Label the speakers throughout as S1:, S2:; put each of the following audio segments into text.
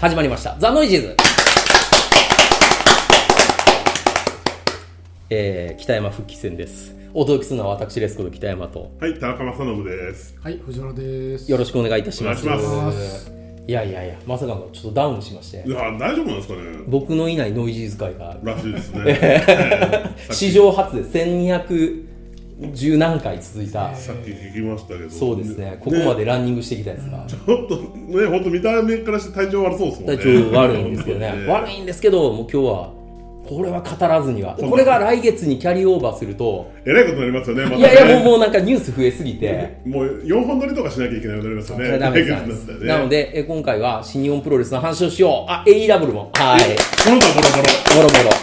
S1: 始まりました。ザ・ノイジーズ。えー、北山復帰戦です。お届けするのは私、レスコの北山と、
S2: はい、田中正信です。
S3: はい、藤原です。
S1: よろしくお願いいたします。
S2: お願いしま
S1: いやいやいや、まさかのちょっとダウンしまして
S2: い、や、大丈夫なんですかね。
S1: 僕のいないノイジーズ会が、
S2: らしい ですね。ええ
S1: 史上初で1210何回続いた、
S2: さっき聞きましたけど。
S1: そうですね、ここまでランニングしてきたやつが、
S2: ちょっとね、本当見た目からして体調悪そうですもんね。
S1: 体調悪いんですけどね、
S2: 本
S1: 悪いんですけど、もう今日は、これは語らずには、これが来月にキャリーオーバーすると、
S2: 当にねえらいことになりますよね。また
S1: い
S2: ね
S1: やいや、もうもうなんかニュース増えすぎて。
S2: もう4本撮りとかしなきゃいけないようになりますよ
S1: これ
S2: ね。
S1: ダメですダメですなので、え今回は新日本プロレスの話をしよう。あ、AE ダブルも。はい。
S2: この他ボ
S1: ボロ
S2: ロボロ。
S1: ボロ。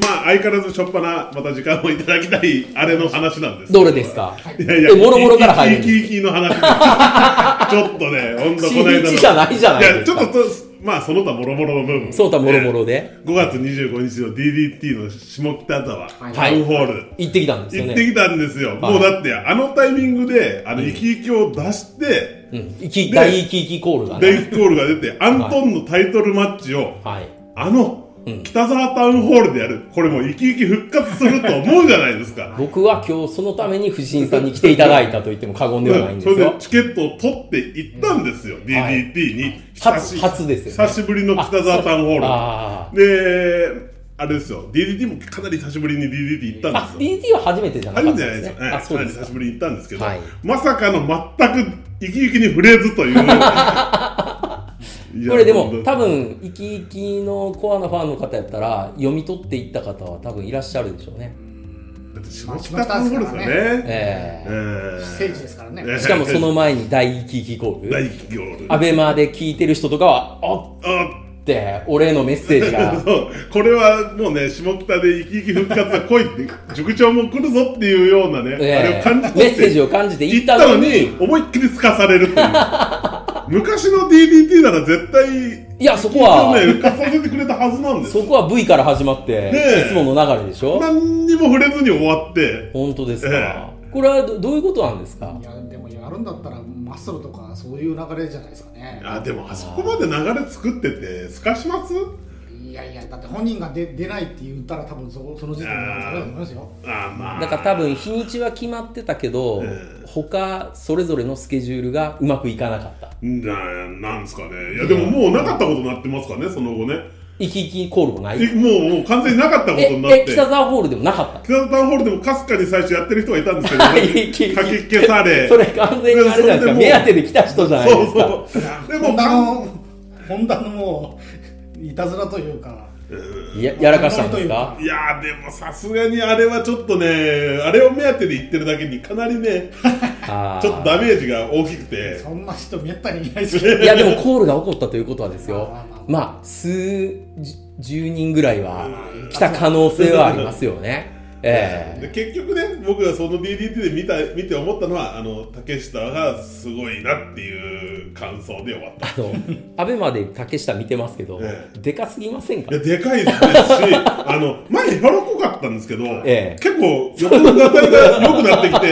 S2: まあ、相変わらずしょっぱな、また時間をいただきたい、あれの話なんですけ。
S1: どれですか
S2: いやいや、
S1: えもろもろから入る
S2: いきいきの話です。ちょっとね、ほんとこの間の。
S1: 新日じゃないじゃない
S2: い
S1: ですか
S2: や、ちょっとと、まあ、その他もろもろの部分。
S1: そうたもろもろで
S2: 5月25日の DDT の下北沢、
S3: い
S2: タウンホール、
S1: 行ってきたんですよ
S2: 行
S1: ね。
S2: ってきたんですよ、
S1: はい
S2: もうだって、あのタイミングで、あの、生き生きを出して、
S1: うん。行き大行き行きコールが
S2: 電
S1: ね。
S2: 気コールが出て、アントンのタイトルマッチを、
S1: はい。
S2: あの、北沢タウンホールでやる、これもう生き生き復活すると思うじゃないですか。
S1: 僕は今日そのために藤井さんに来ていただいたと言っても過言ではないんです
S2: それで
S1: よ。
S2: チケットを取って行ったんですよ、DDT に。久
S1: 初
S2: し
S1: 初ですよね
S2: 久しぶりの北沢タウンホー
S1: あ
S2: ル。で、あれですよ、DDT もかなり久しぶりに DDT 行っ
S1: あ。
S2: たん
S1: あ、
S2: ですよ。
S1: DT は初めてじゃな
S2: 初
S1: か
S2: め
S1: った
S2: て
S1: んですす
S2: じゃないでよ。
S1: ね。
S2: はい
S1: あ、そう
S2: かな
S1: です
S2: り久
S1: か
S2: し。ぶりに行ったんですけど、
S1: はい
S2: まさかの全く生き生きに触れずという。 いや
S1: これで
S2: 本当
S1: も
S2: に
S1: 多分、生き生きのコアなファンの方やったら、読み取っていった方は多分いらっしゃるでしょうね。
S2: だって下北タウンホールですよね。
S1: ええ
S3: 聖地ですからね。
S2: ええ
S1: しかもその前に大生き生きコール。
S2: 大企業で。
S1: アベマで聞いてる人とかは、おっ
S2: あ。
S1: って、俺へのメッセージが
S2: そうこれはもうね、下北で生き生き復活が来いって、塾長も来るぞっていうようなね、
S1: ええ
S2: あれを感じ取
S1: メ
S2: っ
S1: ッセージ
S2: て、
S1: を感じて
S2: 行
S1: 言
S2: っ
S1: った
S2: た
S1: の
S2: の
S1: に
S2: に、、思いっきりすかされるっていう。 昔の DDT なら絶対、
S1: いや、そこ
S2: ね、
S1: は、
S2: 復活させてくれたはずなんです
S1: そ
S2: よ。
S1: こは V から始まって
S2: ね、え
S1: いつもの流れでしょ
S2: 何にも触れずに終わって、
S1: 本当ですか
S2: え。
S1: これはどどういうことなんですか
S3: いや、でもやるんだったら、マッスルとか、そういう流れじゃないですかね。
S2: あでもあそこまで流れ作ってて、すかします
S3: いやいや、だって本人が出出ないって言ったら、多分そその時点で流れだと思いますよ。
S2: あまあ、
S1: だから多分日にちは決まってたけど
S2: え、
S1: 他それぞれのスケジュールがうまくいかなかった。
S2: ななんですかね、いや、でももうなかったことになってますからね、その後ね、
S1: 生き生きコールもない。
S2: い
S1: え、
S2: もうもう完全になかったことになって
S1: え、、北沢ホールでもなかった。
S2: 北タウンホールでもかすかに最初やってる人がいたんですけど、
S1: いきいき
S2: かき消さ れ、
S1: それ完全にあれじゃないですか。
S2: それ
S1: 目
S2: でもう
S1: 当てで来た人じゃない
S2: そ
S1: で
S2: う
S1: すか。
S2: そう、で
S3: ホン
S2: も、
S3: ダ
S2: かん
S3: の、ホンダのもう、いたずらというか、
S1: ややらかしたんですか
S2: いやー、でもさすがにあれはちょっとね、あれを目当てで言ってるだけに、かなりね、
S1: あー
S2: ちょっとダメージが大きくて。
S3: そんな人、めったにいないですよ
S1: いやでもコールが起こったということはですよ
S3: まあまあま、あ
S1: まあ、数十人ぐらいは来た可能性はありますよね。ええ
S2: で結局ね僕がその DDT で見た見て思ったのはあの竹下がすごいなっていう感想で終わった
S1: あの、アベマで竹下見てますけど
S2: え、
S1: でかすぎませんか
S2: いやでかいですし あの前柔らかかったんですけど、
S1: ええ
S2: 結構横のがたが良くなってきて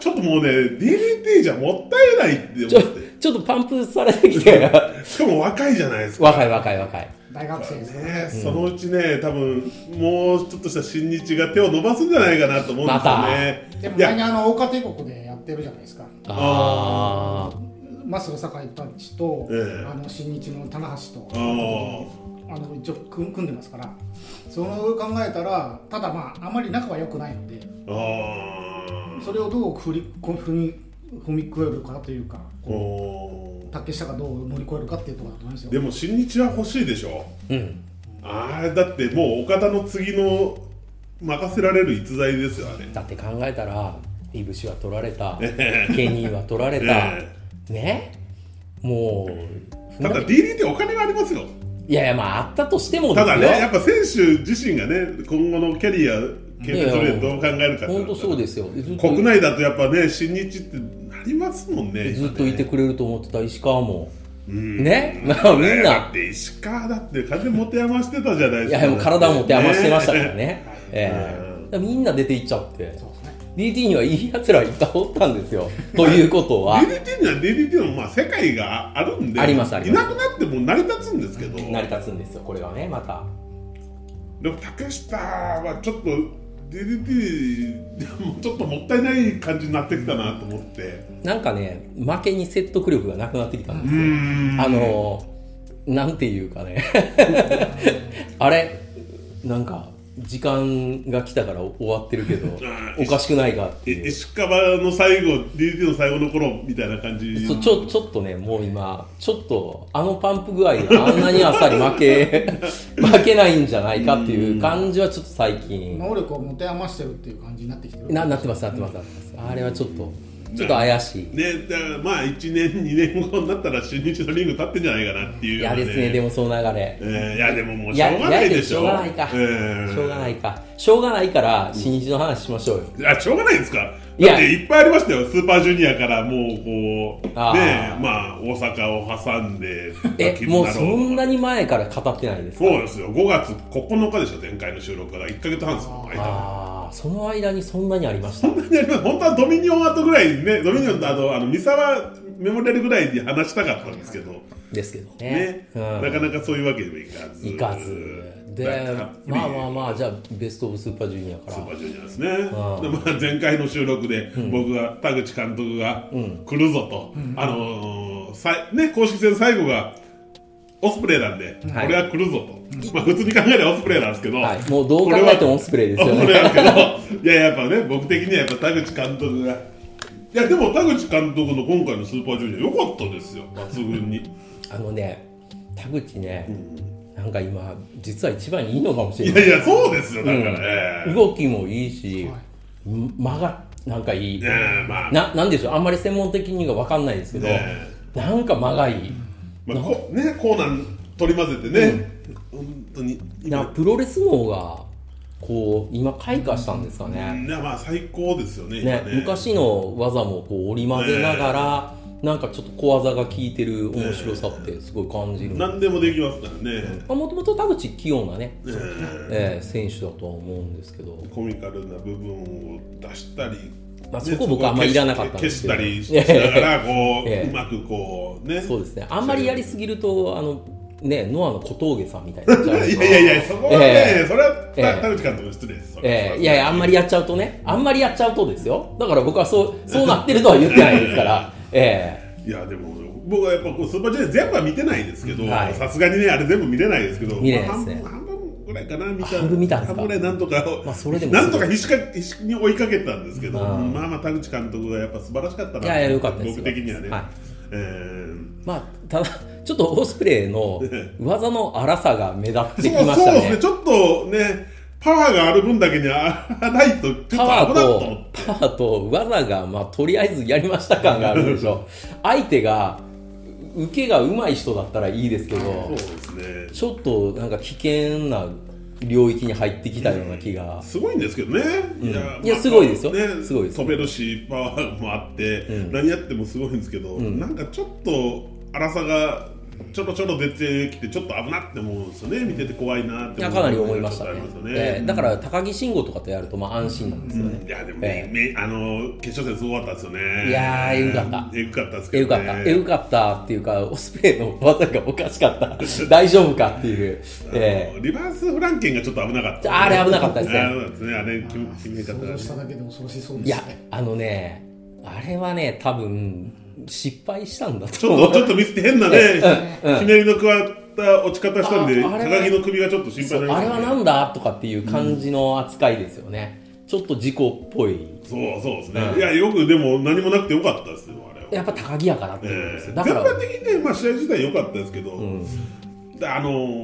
S2: ちょっともうね DDT じゃもったいないって
S1: ちょ
S2: 思って
S1: ちょっとパンプされてきて、
S2: しかも若いじゃないですか
S1: 若い若い若い。
S3: 大学生ですから。
S2: ね、そのうちね、多分もうちょっとした新日が手を伸ばすんじゃないかなと思うんですよね。
S3: でも
S2: い
S3: 前
S2: や
S3: にあの、大家帝国でやってるじゃないですか。
S1: ああ。
S3: マッスル酒井パンチと、
S2: ええ
S3: あの新日の棚橋と
S2: あー
S3: あの一応組組んでますからその考えたらただまああまり仲は良くないので
S2: あ
S3: それをどう振りこ踏み踏み越えるかというか
S2: ーおー
S3: 竹下がどう乗り越えるかっていうところだと思いますよ
S2: でも新日は欲しいでしょ
S1: うん。
S2: あれだってもう岡田の次の任せられる逸材ですよあれ
S1: だって考えたら、いぶしは取られ た、
S2: え
S1: ケニーは取られ
S2: え
S1: た、ねもう、
S2: ただ DDT お金がありますよ
S1: いやいや、まあ、あったとしてもです
S2: た
S1: よ。
S2: だねやっぱ選手自身がね今後のキャリア経営それどう考えるかってなったら
S1: 本当そうですよ。ずっと
S2: 国内だとやっぱね新日ってなりますもんね
S1: ずっといてくれると思ってた石川も。
S2: うん
S1: ね、まあ、みん
S2: だっ
S1: な、
S2: て石川だって完全に持て余してたじゃないですか
S1: いや、もう体を持て余してましたから
S2: ね
S1: ね。ええだからみんな出ていっちゃって。
S3: そうですね
S1: DT にはいいやつらいっぱいおったんですよ。ということ は、
S2: DDT には DDT のまあ世界があるんで
S1: ありますあります
S2: いなくなっても成り立つんですけど
S1: 成り立つんですよ、これがね、また。
S2: でも竹下はちょっと DDT もちょっともったいない感じになってきたなと思って
S1: なんかね、負けに説得力がなくなってきたん
S2: う
S1: ですよ。
S2: ーん
S1: あの、なんていうかね。 あれなんか、時間が来たから終わってるけど、おかしくないかって
S2: い
S1: いう。
S2: 石川の最後 DDT の最後の頃みたいな感じ
S1: そうちょちょっとね、もう今、ちょっとあのパンプ具合であんなにあっさり負 け負けないんじゃないかっていう感じはちょっと最近、
S3: 能力を持て余してるっていう感じになってきてる
S1: ななってます、なってます、なってます、あれはちょっと、ちょっと怪しい。
S2: ねだからまあ1年2年後になったら新日のリング立ってんじゃないかなっていう
S1: い
S2: よう
S1: や
S2: なね
S1: ですね、でもその流れ。
S2: えーいやでももう
S1: い
S2: し
S1: や、
S2: ょうがない
S1: やけ
S2: で
S1: ど
S2: し
S1: し
S2: ょ
S1: ょうがないか。し
S2: えー
S1: ょうがないか。しょうがないから、新日の話しましょうよ。
S2: あしょうがないですか
S1: いや
S2: だっていっぱいありましたよスーパージュニアからもうこう
S1: あー
S2: ねまあ大阪を挟んで
S1: え、もうそんな
S2: に
S1: に前から語ってないですか
S2: そうですよ5月9日でしょ前回の収録から1か月半ですもん間が
S1: ああ、その間にそんなにありました。
S2: そんなにあります本当はドミニオン後ぐらいにねドミニオンとあとあの三沢メモリアルぐらいに話したかったんですけどね
S1: ですけどね。うん
S2: なかなかそういうわけにもいかず
S1: いかず
S2: だか
S1: で
S2: ら
S1: まあまあまあじゃあベスト・オブ・スーパージュニアか
S2: スーパ
S1: ら
S2: ージュニアですね、でまあ、前回の収録で僕が田口監督が来るぞと、あのーさいね、公式戦最後がオスプレイなんで、
S1: はい
S2: 俺は来るぞと、まあ、普通に考えればオスプレイなんですけど、
S1: はいもうどう考えてもオスプレイですよね
S2: これはオスプレイなんですけどいややっぱね僕的にはやっぱ田口監督がいやでも田口監督の今回のスーパージュニア良かったですよ抜群に
S1: あのね田口ねなんか今実は一番いいのかもしれ
S2: い
S1: な
S2: や
S1: い
S2: いやそうですよだからね、
S1: 動きもいいし間がなんかいい
S2: ねえまあ
S1: ななんでしょうあんまり専門的には分かんないですけど
S2: ね
S1: なんか間がいい
S2: まあ、こねコーナー取り混ぜてね、本当に
S1: なプロレス脳がこう今開花したんですかね、
S2: いやまあ最高ですよね
S1: ね
S2: 今
S1: 昔の技もこう織り交ぜながら、なんかちょっと小技が効いてる面白さってすごい感じる、ま
S2: 何でもできますからね、
S1: あもともと田口器用なね、
S2: え
S1: えー選手だとは思うんですけど、
S2: ーコミカルな部分を出したり、
S1: まあ
S2: ね
S1: そこ僕あんまりいらなかったんで
S2: 消
S1: す
S2: し
S1: け
S2: た
S1: ど
S2: りしながらこう、
S1: ええ
S2: うまくこうね
S1: そうですねあんまりやりすぎるとあのねノアの小峠さんみたいになっちゃう
S2: いやいやいやそこはね、
S1: ええ
S2: それは
S1: ええ
S2: 田口監督の失礼です、それは
S1: えーいやいやあんまりやっちゃうとねあんまりやっちゃうとですよだから僕はそうそうなってるとは言ってないですから、え
S2: いやでも僕はやっぱこうスーパージュニア全部は見てないですけど
S1: はい
S2: さすがにねあれ全部見れないですけど
S1: 見れないですね
S2: まあ半分半分ぐらいかな見た
S1: 半分見たんですか
S2: 半分ぐらいなんとか、
S1: まあそれでもすごい
S2: なんとか必死か必死に追いかけたんですけど、
S1: うん
S2: まあまあ田口監督がやっぱ素晴らしかったなと思って
S1: いやいや良かったです
S2: 僕的にはね、
S1: はい
S2: えー
S1: ーまあただちょっとオスプレイの技の荒さが目立ってきま
S2: そ
S1: し
S2: うそ
S1: た
S2: う
S1: ね
S2: ですねちょっとねパワーがある分だけにあないとちょっと
S1: パ
S2: 危な
S1: ワ
S2: い
S1: ー
S2: と思
S1: と
S2: って、
S1: パワーと技が、まあ、とりあえずやりました感があるでしょ。相手が、受けが上手い人だったらいいですけ
S2: そう
S1: ど
S2: で、すね
S1: ちょっとなんか危険な領域に入ってきたような気が。
S2: すごいんですけどね、いや
S1: いや
S2: まあ
S1: すごいですよ
S2: ね、
S1: すごいです
S2: 飛べるしパワーもあって、
S1: ん
S2: 何やってもすごいんですけど、なんかちょっと荒さがちょろちょろ出てきてちょっと危なって思うんですよね見てて怖いなっ
S1: い
S2: て
S1: や
S2: う
S1: かなり思いましたね
S2: ちょっとありますよね
S1: ええだから高木慎吾とかとやるとまあ安心なんですよね、
S2: いやでもね、めあの決勝戦すごかったですよね
S1: いやーえぐかった
S2: えぐかったですけ
S1: え
S2: ど、
S1: よかった、えよかったっていうか、オスプレイの技がおかしかった、大丈夫かっていう、
S2: あ
S1: え
S2: のリバースフランケンがちょっと危なかっ
S1: え
S2: た
S1: あれ危なかったですね
S2: あ。れですねあれ決め決め
S3: 想
S2: 方が
S3: 像
S2: ね
S3: しただけで恐ろしそう
S1: い
S3: です
S1: や
S3: ね、
S1: あのね、あれはね、多分失敗したんだ
S2: ち
S1: と
S2: ょ
S1: 思う。
S2: っとちょっと見せて変なね、
S1: うんうん
S2: ひねりの加わった落ち方したんで、
S1: ああれは
S2: 高木の首がちょっと心配にな
S1: あ
S2: り
S1: れ
S2: ま
S1: は
S2: した
S1: なんだとかっていう感じの扱いですよね。ちょっと事故っぽい。
S2: そうそうですね、
S1: うん
S2: いやよくでも何もなくてよかったですよあれは、
S1: やっぱ高木やからっていうん
S2: え
S1: です
S2: え
S1: よ。
S2: 全
S1: だから、
S2: 般的にね、まあ、試合自体良かったですけど、
S1: ん
S2: であの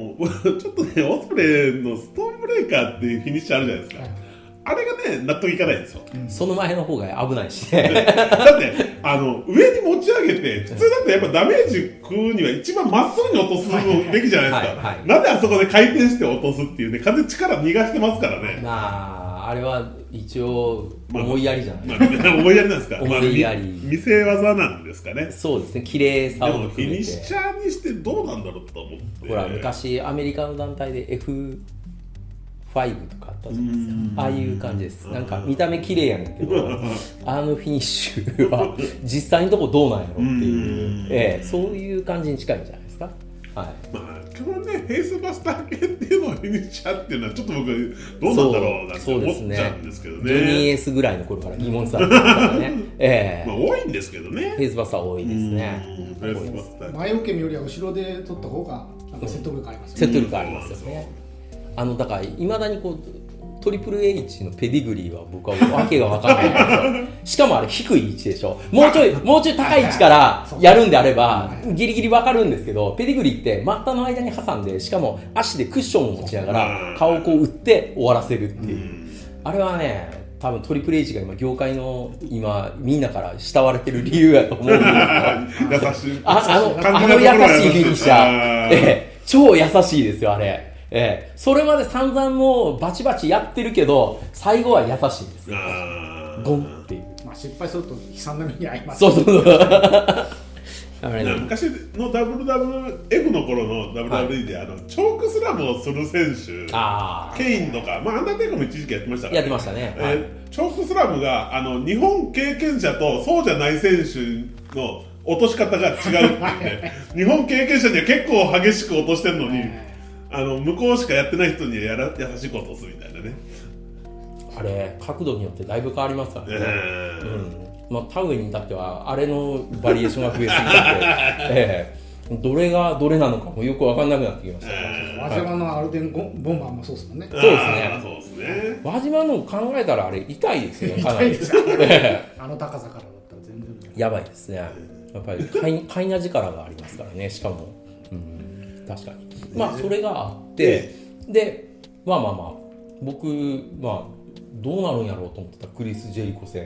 S2: ちょっとねオスプレイのストーンブレーカーっていうフィニッシュあるじゃないですか、
S3: はい
S2: あれがね納得いかないんですよ
S1: その前の方が危ないしね。
S2: だってあの上に持ち上げて普通だってやっぱダメージ食うには一番まっすぐに落とすべきじゃないですか、
S1: はいはい
S2: なんであそこで回転して落とすっていうね風力逃がしてますから ね
S1: まあ、あれは一応思いやりじゃない。
S2: まあ、思いやりなんですか
S1: 思いやり
S2: まあみ見せ技なんですかね
S1: そうですね、綺麗さ
S2: で
S1: を
S2: もフ
S1: 含
S2: ィニ
S1: め
S2: ッシ
S1: て。
S2: ャーにしてどうなんだろうと思って
S1: ほら、昔アメリカの団体で F 5とかあったじゃないです
S2: うん
S1: かああいう感じですなんか見た目綺麗やねんけ どあのフィニッシュは実際のとこどうなんやろって
S2: う
S1: い
S2: ん
S1: う、ええ、そういう感じに近いんじゃないですかはい
S2: まあ、基本ね、ヘイスバスター系っていうのをフィニッシャーっていうのは、ちょっと僕、どうなんだろうなって
S1: そう
S2: 思
S1: です
S2: っ
S1: ね
S2: ちゃうんですけど
S1: ジョニー・エ
S2: ね。
S1: ースぐらいの頃から疑問されてますから ねえ
S2: まあ、
S1: え
S2: 多いんですけどね。
S1: フェイスバスは多いですね
S2: うんヘイスバスター
S3: 前受け身よりは後ろで取った方がなんか説得力ありますよ
S1: 説
S3: ね、
S1: 得力ありますよねあのだからいまだにこうトリプル H のペディグリーは僕はわけが分かんないん ですよしかもあれ低い位置でしょもうちょいもうちょい高い位置 からやるんであればギリギリ分かるんですけどペディグリーって股の間に挟んでしかも足でクッションを持ちなが
S2: うん
S1: ら顔をこう打って終わらせるって
S2: う
S1: いう、
S2: ん
S1: あれはね多分トリプル H が今業界の今みんなから慕われてる理由やと思うんですけど
S2: 優しい。
S1: ああのあ
S2: 感じ
S1: の
S2: ところは
S1: 優しいフィニッシャー
S2: あ、
S1: ええ、超優しいですよ、あれ、ええ、それまで散々もうバチバチやってるけど、最後は優しいです、
S2: あー
S1: ゴンっていう、
S3: まあ、失敗すると悲惨な目に遭います
S1: そうそうそう、あれ
S2: な
S1: ね、
S2: 昔の WWF の頃の WWE で、あのチョークスラムをする選手、
S1: あ
S2: ケインとか、まあ、アンダーテイカーも一時期やってました
S1: あ、
S2: から
S1: やってましたね、
S2: え
S1: はい
S2: ーチョークスラムがあの日本経験者とそうじゃない選手の落とし方が違うっていう ね日本経験者には結構激しく落としてるのに、あの向こうしかやってない人にはやら優しいことをするみたいなね、
S1: あれ、角度によってだいぶ変わりますから
S2: え
S1: ね。
S2: ー
S1: まあ、タウイに至ってはあれのバリエーションが増えすぎちゃ って、ええ、どれがどれなのかもよく分かんなくなってきました、
S2: え
S3: 和島のアルデンゴンボンバーもそうですもんね
S2: ー
S1: そうですね
S2: あーそうですね
S1: 輪島の考えたらあれ痛いですよねかな
S3: 痛い
S1: り
S3: ですよ
S1: ええ
S3: あの高さからだったら全然
S1: やばいですね。やっ ぱりいなな力がありますからね、しかも。うん、確かに。まあ、それがあって、で、まあまあまあ、僕、まあ、どうなるんやろうと思ってたクリス・ジェリコ戦、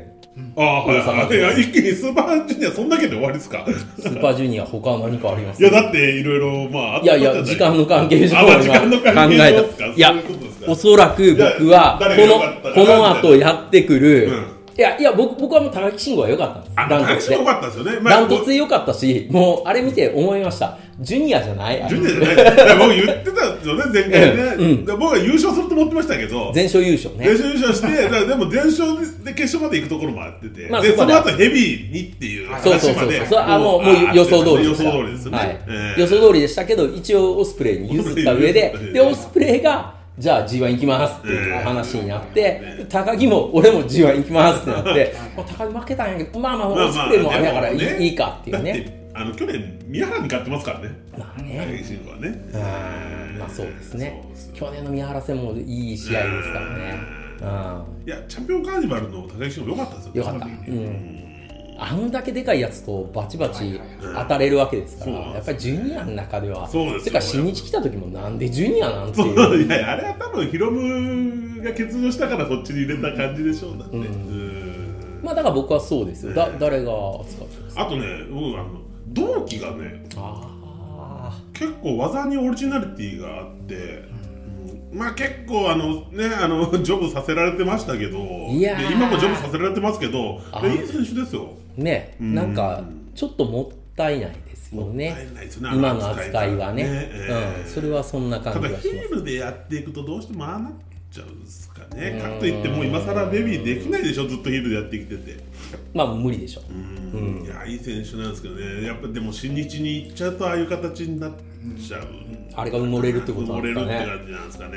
S2: ああはい
S1: 大阪
S2: はいいや一気にスーパージュニアそんだけで終わりで すか
S1: スーパージュニア、他は何かあります
S2: いやだっていろいろまああっ
S1: いやい
S2: あ
S1: や、
S2: ったじ
S1: 時
S2: ゃな
S1: 間の関係上、
S2: あまあ時間の
S1: 今
S2: 関
S1: 考
S2: 係上
S1: え
S2: ですか
S1: た。いや
S2: そういうことです、か
S1: おそらく僕は、
S2: い
S1: こ
S2: や誰が良かった
S1: の、
S2: か
S1: この
S2: な
S1: 後やってくる、
S2: うん
S1: いや、いや、僕、僕はもう高木慎吾は良かったんです。
S2: あ
S1: ダン
S2: の
S1: トツで
S2: よ。かったですよね、まあ
S1: ダントツで良かったし、もう、あれ見て思いました。ジュニアじゃないあれ
S2: ジュニアじゃないですいや僕言ってたんですよね、前回ね。
S1: うんうん
S2: で僕は優勝すると思ってましたけど、
S1: 全勝優勝
S2: 全
S1: ね。
S2: 勝優勝して、だからでも全勝で決勝まで行くところもあってて、
S1: まあ
S2: で
S1: そこ
S2: そ
S1: まで
S2: の後ヘビーにっていう話ま
S1: そう
S2: で、
S1: そうそうそう。それはもうも
S2: あ
S1: う予想通り
S2: 予
S1: でした。
S2: 想通りですよね。
S1: はい
S2: ええ
S1: 予想通りでしたけど、一応オスプレイに譲った上
S2: オスプレイに譲っ
S1: で、
S2: た
S1: で、オスプレイが、じゃあ G1 行きますっていう話になって、高木も俺も G1 行きますってな って、もう高木負けたんやけど、まあまあ、オスプレイもあれやからいい,、
S2: でも
S1: いいかっていう ね。
S2: だってあの去年、宮原に勝ってますからね、
S1: まあ
S2: 高
S1: ね。
S2: 木慎吾はね。
S1: うんまあそうですね
S2: そうです。よ
S1: 去年の宮原戦もいい試合ですからね。うん
S2: いや、チャンピオンカーニバルの高木慎吾、良かったですよね、
S1: 良かった
S2: その時
S1: う
S2: ね
S1: あんだけでかいやつとバチバ
S3: はいは
S1: チ
S3: い
S1: 当たれるわけですから、
S2: そうなんです
S1: やっぱりジュニアの中では、
S2: そうですよ
S1: てか新日来た時もなんでジュニアなんて
S2: そ
S1: いうう、
S2: いやいやあれは多分ヒロムが欠場したからそっちに入れた感じでしょうだって、うん
S1: まあだから僕はそうですよ、だ誰が扱ってます
S2: あとね僕あの同期がね
S1: あ
S2: 結構技にオリジナリティがあって、うんまあ結構あのねあの ジョブさせられてましたけど
S1: いやー
S2: で今もジョブさせられてますけど
S1: あ
S2: でいい選手ですよ
S1: あね
S2: うん
S1: なんかちょっともったいないですよ
S2: もった
S1: ね
S2: いないですよね
S1: 今の扱いはね
S2: ええ
S1: うん、それはそんな
S2: た
S1: 感
S2: だ
S1: じが
S2: ヒ
S1: しま
S2: ー
S1: す
S2: ルでやっていくとどうしてもああなっちゃうんですかねかといってもう今更ベビーできないでしょずっとヒールでやってきてて。
S1: まあ無理でしょう、
S2: うんいやいい選手なんですけどね、やっぱでも新日に行っちゃうとああいう形になっちゃう、
S1: あれが埋もれるってこと
S2: 埋
S1: な
S2: も
S1: ん
S2: れ
S1: ですか
S2: るって
S1: ね
S2: 感じなんですかね、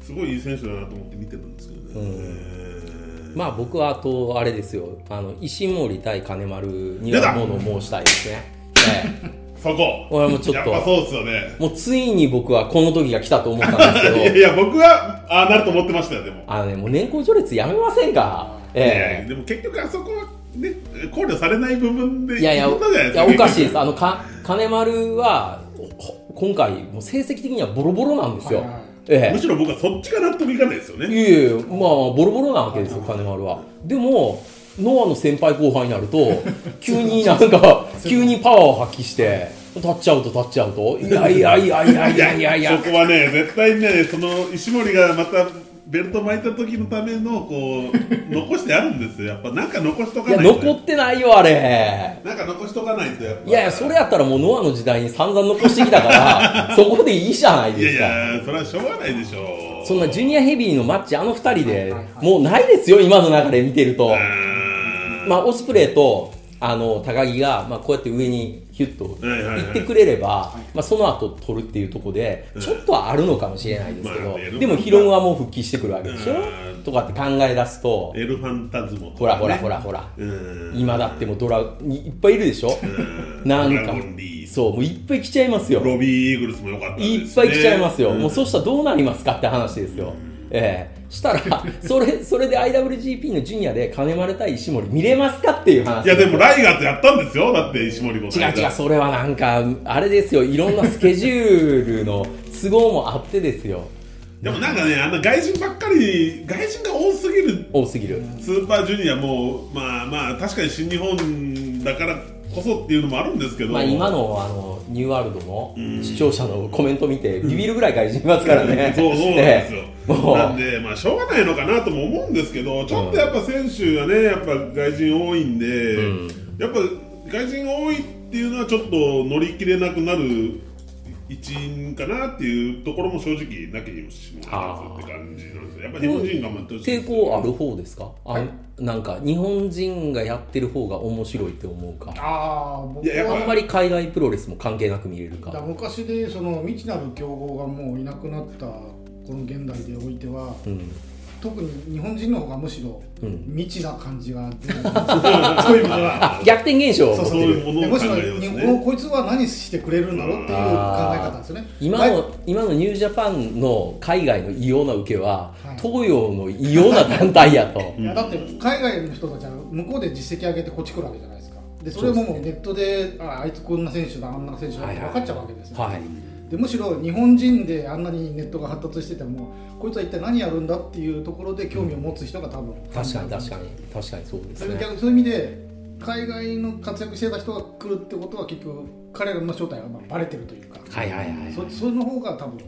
S2: すごいいい選手だなと思って見てるんですけどね、
S1: まあ僕はあとあれですよあの石森対金丸にはものを申したいですね、ええ
S2: そこ、
S1: 俺もちょっと
S2: やっぱそうですよね、
S1: もうついに僕はこの時が来たと思ったんです
S2: いや
S1: け
S2: い
S1: ど、
S2: や、僕はああなると思ってましたよ、でも、
S1: あのね、もう年功序列やめませんか、
S2: いやいや
S1: え
S2: でも結局、あそこは、ね、考慮されない部分
S1: え
S2: で、
S1: いやいや、
S2: 進んだじゃないです
S1: や
S2: か
S1: おかしいです、
S2: 結
S1: あのか金丸はほ今回、もう成績的にはボロボロなんですよ、
S3: はいはい
S2: 局
S1: え
S2: むしろ僕はそっちが納得いかないですよ
S1: えい
S2: ね、
S1: やいや、まあ、ボロボロなわけですよ、金丸は。でも、ノアの先輩後輩になると、 急になんか、急にパワーを発揮して、立っちゃうと立っちゃうと、いやいやいやいやいやいやいや
S2: そこはね、絶対ね、その石森がまたベルト巻いた時のためのこう残してあるんですよやっぱなんか残しと
S1: い
S2: か
S1: や
S2: ないと
S1: 残ってないよあれ
S2: なんか残しとかないとやっぱ
S1: いやいやそれやったらもうノアの時代に散々残してきたから そこでいいじゃない
S2: いや
S1: で
S2: い
S1: すか
S2: やそれはしょうがないでしょ
S1: そんなジュニアヘビーのマッチあの2人
S3: はい
S1: で
S3: はいはい
S1: もうないですよ今の中で見てると
S2: う、ーん
S1: まあ、オスプレイとあの高木が、まあ、こうやって上にヒュッと
S2: はいはいはい
S1: 行ってくれれば、まあ、その後取るっていうところでちょっとはあるのかもしれないですけど、
S2: まあね
S1: でもヒロムはもう復帰してくるわけでしょ、
S2: うん
S1: とかって考え出すと
S2: エルファンタズモとかね
S1: ほらほらほらほら、
S2: うーん
S1: 今だってもうドラいっぱいいるでしょ、
S2: うー
S1: なん
S2: ド
S1: か
S2: ラゴンリー
S1: そうもういっぱい来ちゃいますよ
S2: ロビーイーグルスも良かったです、ね、
S1: いっぱい来ちゃいますよ、
S2: ん
S1: もうそしたらどうなりますかって話ですよ、ええしたらそれそれで IWGP のジュニアで金丸対石森見れますかっていう話
S2: いやでもライガーとやったんですよだって石森も
S1: 違う違うそれはなんかあれですよいろんなスケジュールの都合もあってですよ
S2: でもなんかねあの外人ばっかり外人が多すぎる
S1: 多すぎる
S2: スーパージュニアもまあまあ確かに新日本だからこそっていうのもあるんですけど、
S1: まあ今のあのニューワールドの視聴者のコメント見てビビるぐらい外人いますからね
S2: そうそうなんですよ、
S1: ええもう
S2: なんでまあしょうがないのかなとも思うんですけどちょっとやっぱ選手がねやっぱ外人多いんで、
S1: うん
S2: やっぱ外人多いっていうのはちょっと乗り切れなくなる一因かなっていうところも正直なきにしもあらずって感じなんですよやっぱ日本人が頑張ってほしい
S1: 抵
S2: です
S1: 抗ある方ですかあ、なんか日本人がやってる方が面白いって思うか
S3: ああ僕
S2: いややっぱ
S1: あんま
S3: は
S1: り海外プロレスも関係なく見れる
S3: だ
S1: か
S3: 昔でその未知なる競合がもういなくなったこの現代でおいては
S1: うん
S3: 特に日本人の方がむしろ
S1: うん
S3: 未知な感じが出 てるそういう意味では
S1: あ逆転現象起こ
S2: そう
S1: って
S2: いう
S1: る
S2: もの
S3: で
S2: を
S3: む
S2: 考
S3: しろ
S2: えます
S3: 日
S2: ね
S3: 本こいつは何してくれるんだろうっていう考え方ですね
S1: 今
S3: 外
S1: の今のニュージャパンの海外の異様な受けは、
S3: はい
S1: 東洋の異様な団体 やと
S3: いやだって海外の人たちは向こうで実績上げてこっち来るわけじゃないですかでそれももうネットでああいつこんな選手だあんな選手だって分かっちゃうわけですよ、
S1: はい
S3: でむしろ日本人であんなにネットが発達しててもこいつは一体何やるんだっていうところで興味を持つ人が多分
S1: 確かに確かに確かにそうで
S3: そ
S1: す
S3: れ
S1: ね
S3: 逆そういう意味で海外の活躍してた人が来るってことは結局彼らの正体がまあバレてるというか、
S1: はいはいはい
S3: そその方が多分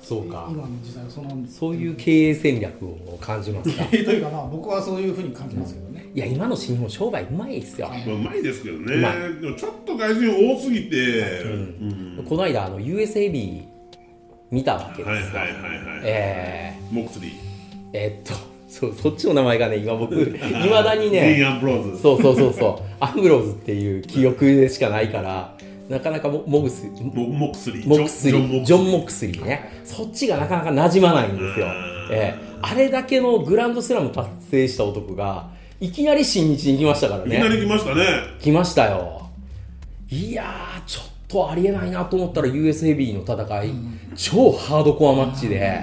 S1: そうか
S3: 今の時代はその
S1: そういう経営戦略を感じ ますか
S3: というかまあ僕はそういうふうに感じますけどね、
S1: いや今の新日本商売うまいですよ、
S3: はい
S2: まあうまいですけどね、
S1: うま
S2: でもちょっと外人多すぎて、うん
S1: この間あの USAB 見たわけ
S2: はい
S1: です
S2: はい
S1: よ、
S2: はいはい、
S1: え
S2: モクスリー
S1: ー、えーっとそうそっちの名前がね今僕 いまだにね
S2: ディーン・アンブローズ
S1: そうそうそうそう、アンブローズっていう記憶でしかないから、なかなかモモグス
S2: モモクスリー
S1: モクスリー、ジョン・
S2: モ
S1: モクスリーね、そっちがなかなか馴染まないんですよ
S2: うん。
S1: ええあれだけのグランドスラム達成した男が、いきなり新日に来ましたから
S2: いきな
S1: ね。
S2: り来ましたね
S1: 来ましたよ。いやー、ちょっとありえないなと思ったら US ヘビーの戦い、超ハードコアマッチで、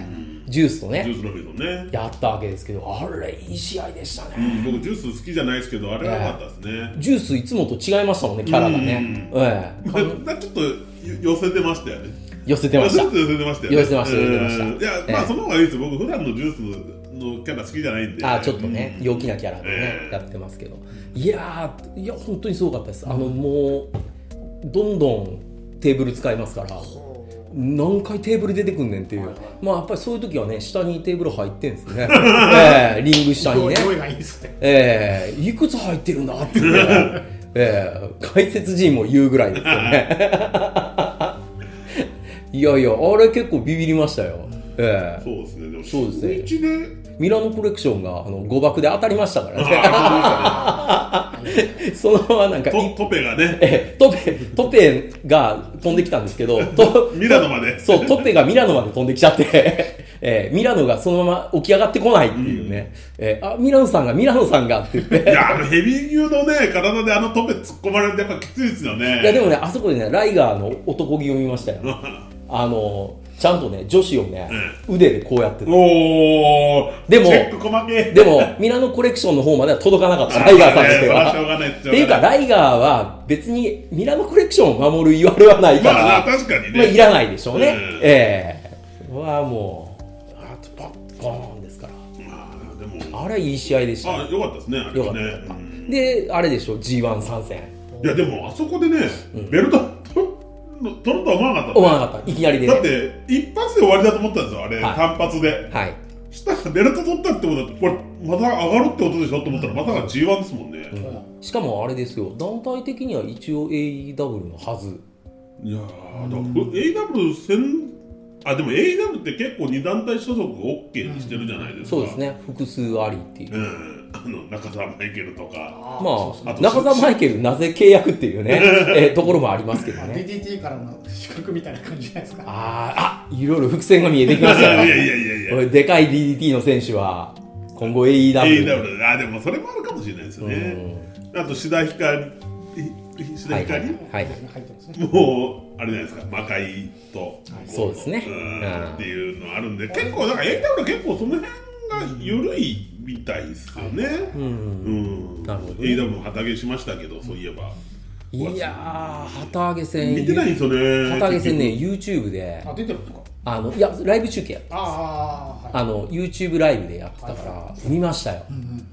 S1: ジュースと
S2: ジュ
S1: ね、
S2: ース・ロビンソンね、
S1: やったわけですけど、あれ、いい試合でしたね。
S2: うん、僕ジュース好きじゃないですけどあれは良かったですね、
S1: ジュースいつもと違いましたもんねキャラがね、ええか ん
S2: ちょっと寄せてましたよね。
S1: 寄せてまし
S2: ち
S1: た
S2: ょっと寄せてましたよね。
S1: 寄せてました寄せてました
S2: うんいや、
S1: え
S2: まあ
S1: え
S2: その方がいいですよ。僕、普段のジュースのキャラ好きじゃないんで。
S1: あーちょっとね陽気なキャラでね、
S2: ええ
S1: やってますけどいやーいや本当にすごかったですあのもうどんどんテーブル使いますから何回テーブル出てくんねんっていう、まあやっぱりそういう時はね下にテーブル入ってんです ね、ええリング下にね
S3: 用意がいいですね
S1: ええいくつ入ってるんだって、 ええ解説陣も言うぐらいですよ ねいやいやあれ結構ビビりましたよ、え
S2: そうですね。でも、
S1: そうですね
S2: 初日
S1: え
S2: で、
S1: ミラノコレクションがあの誤爆で当たりましたから ね
S2: あ
S1: そのままなんか
S2: ー
S1: い
S2: トトペがね、
S1: ええトペトペが飛んできたんですけ どと
S2: ミラノまで。
S1: そうトペがミラノまで飛んできちゃって、ええミラノがそのまま起き上がってこないっていうね、ええあミラノさんがミラノさんがって言って
S2: いや、あのヘビー級のね、体であのトペ突っ込まれるってやっぱきついですよね。
S1: いやでもね、あそこでね、ライガーの男気を見ましたよ。あの、ちゃんとね、女子をね、腕でこうやってる。
S2: おー、
S1: でも
S2: チェック細けえ。
S1: でも、ミラノコレクションの方までは届かなかった、ライガーさんとして
S2: それはしょう
S1: は。
S2: がないっ
S1: っていうか、ライガーは別にミラノコレクションを守る言われはないか
S2: まあ
S1: ら、
S2: な確かにね
S1: まあいらないでしょうね。
S2: うん
S1: ええはもう、あとパッコーンですから。
S2: まあでも、
S1: あれいい試合でした、
S2: あ、
S1: ね。
S2: 良かったですね、あれ
S1: よか
S2: は
S1: った
S2: ね
S1: よかった
S2: うん。
S1: で、あれでしょ、G1 参戦。
S2: いやでもあそこでね、ベルトと取るとは思わなかった
S1: 思わ
S2: ね、
S1: なかった。いきなりで
S2: だっ
S1: ね。
S2: て一発で終わりだと思ったんですよあれ、
S1: はい
S2: 単発で
S1: はい。
S2: したらベルト取ったってことだってこれまた上がるってことでしょと思ったらまさか G1 ですもんね、
S1: うんしかもあれですよ団体的には一応 AEW のはず
S2: いやーだからこれ AW 戦あでも AW って結構2団体所属を OK にしてるじゃないですか、
S1: そうですね複数ありっていう
S2: うんあの中澤マイケルとか
S3: あ
S1: ま
S3: そうそう
S1: あ
S2: あと
S1: 中澤マイケルなぜ契約っていう ねえところもありますけどね
S3: DDT からの資格みたいな感じじゃないですか
S1: あーあいろいろ伏線が見えてき
S2: い
S1: ました
S2: やいや
S1: よ
S2: いやいやいや
S1: これでかい DDT の選手は今後 AEW
S2: AW あでもそれもあるかもしれないですよね、
S1: う
S2: あと志田ひかりひひ志田ひかり、
S1: はいはい
S3: そうですね入ってますね
S2: もうあれじゃないですか魔界と
S3: はい
S1: そうですね
S2: うん
S1: うん
S2: っていうのあるんで結構なんか AW 結構その辺が緩いみたいですよね、
S1: んうん
S2: うん
S1: なるほど
S2: AW も旗揚げしましたけどそういえば
S1: いやー旗揚げ戦
S2: 見てないんですよね
S1: 旗揚げ戦ね YouTube で
S3: あ出てるとか
S1: あのいやライブ中継やった
S3: ああはい
S1: あの YouTube ライブでやってたから見ましたよ
S3: うん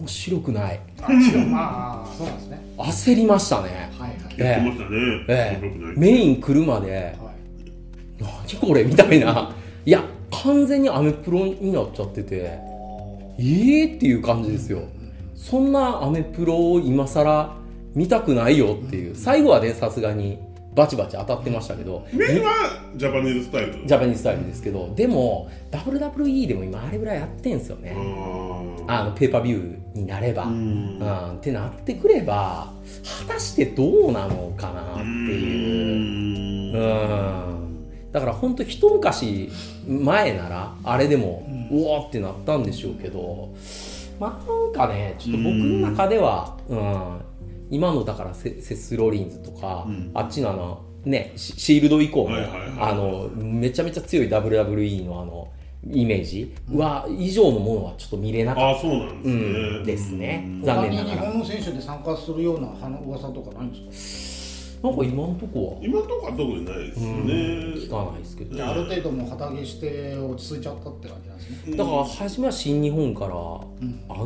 S1: 面白くない
S3: うんあ違うまあそうなんですね
S1: 焦りましたね
S3: はいはい
S2: 結構言ってましたね、
S1: え
S2: 面白
S1: え
S2: くない
S1: メイン来るまで
S3: はい
S1: 何これみたいないや完全にアメプロになっちゃっててえーっていう感じですよそんなアメプロを今更見たくないよっていう最後はねさすがにバチバチ当たってましたけど
S2: メインはジャパニーズスタイル
S1: ジャパニーズスタイルですけどでも WWE でも今あれぐらいやってんすよね、
S2: あ
S1: あのペーパービューになれば、
S2: ーう
S1: うん
S2: ん
S1: ってなってくれば果たしてどうなのかなっていう、うん
S2: うん
S1: だから本当一昔前ならあれでも、うおーってなったんでしょうけどまあなんかねちょっと僕の中では、うん今のだからセセス・ロリンズとか、
S2: うん
S1: あっちのあのねシシールド以降の,、
S2: はいはいはい
S1: あのめちゃめちゃ強い WWE のあのイメージは、以上のものはちょっと見れなかった
S2: あーそうなんですね、
S1: うんですね
S2: うん
S1: 残念ながら
S3: 他に日本の選手で参加するようなあの噂とかないんですか
S1: なんか今のとこは
S2: 今のとこは特にないですよ
S1: 聞
S2: ね、
S1: かないですけど、
S3: じゃあある程度もう旗揚げして落ち着いちゃったって感じなんですね
S1: だから初めは新日本からあ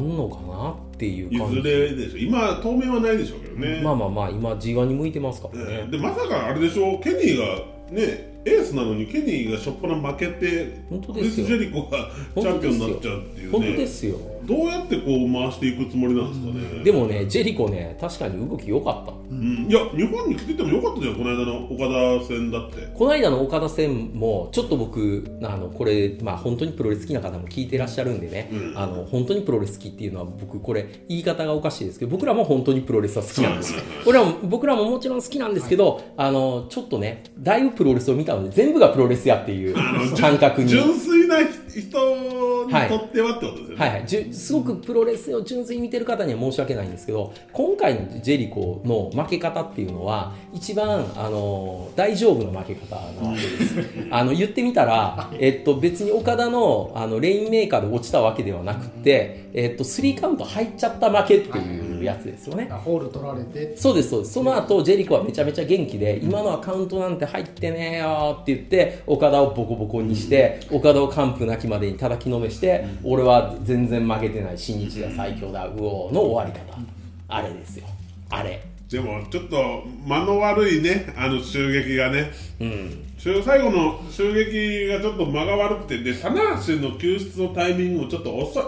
S1: んのかなっていう感
S2: いず
S1: じ、
S2: れでしょ今当面はないでしょうけどね、
S1: まあまあまあ今 G1 に向いてますから
S2: ね
S1: ね、
S2: でまさかあれでしょケニーがねエースなのにケニーがしょっぱな負けて
S1: 本当
S2: ク
S1: で
S2: リ
S1: す
S2: ス・
S1: よ
S2: ジェリコがチャンピオンになっちゃうってい
S1: 本当で
S2: うね
S1: すよ
S2: どうやってこう回していくつもりなんですかね、
S1: でもねジェリコね確かに動き良かった
S2: うんいや日本に来ててもよかったじゃんこの間の岡田戦だって
S1: この間の岡田戦もちょっと僕あのこれ、まあ、本当にプロレス好きな方も聞いてらっしゃるんでね、
S2: うん
S1: あの本当にプロレス好きっていうのは僕これ言い方がおかしいですけど僕らも本当にプロレスは好きなんですよ
S2: そうなんですね
S1: これは僕らももちろん好きなんですけど、あのちょっとねだいぶプロレスを見たので全部がプロレスやっていう感覚に。
S2: 純粋な人にとってはってことですよね、
S1: はいはい、じゅすごくプロレスを純粋に見てる方には申し訳ないんですけど今回のジェリコの負け方っていうのは一番あの大丈夫な負け方なわけですあの言ってみたら、えっと、別に岡田のあのレインメーカーで落ちたわけではなくて、えっと、スリーカウント入っちゃった負けっていうやつですよね。
S3: ホール取られて
S1: そうですそうですその後ジェリコはめちゃめちゃ元気で今のアカウントなんて入ってねえよって言って岡田をボコボコにして岡田を完膚なきまでに叩きのめして俺は全然負けてない新日が最強だうおーの終わり方あれですよあれ
S2: でもちょっと間の悪いねあの襲撃がね
S1: うん
S2: 襲最後の襲撃がちょっと間が悪くてで棚橋の救出のタイミングもちょっと遅い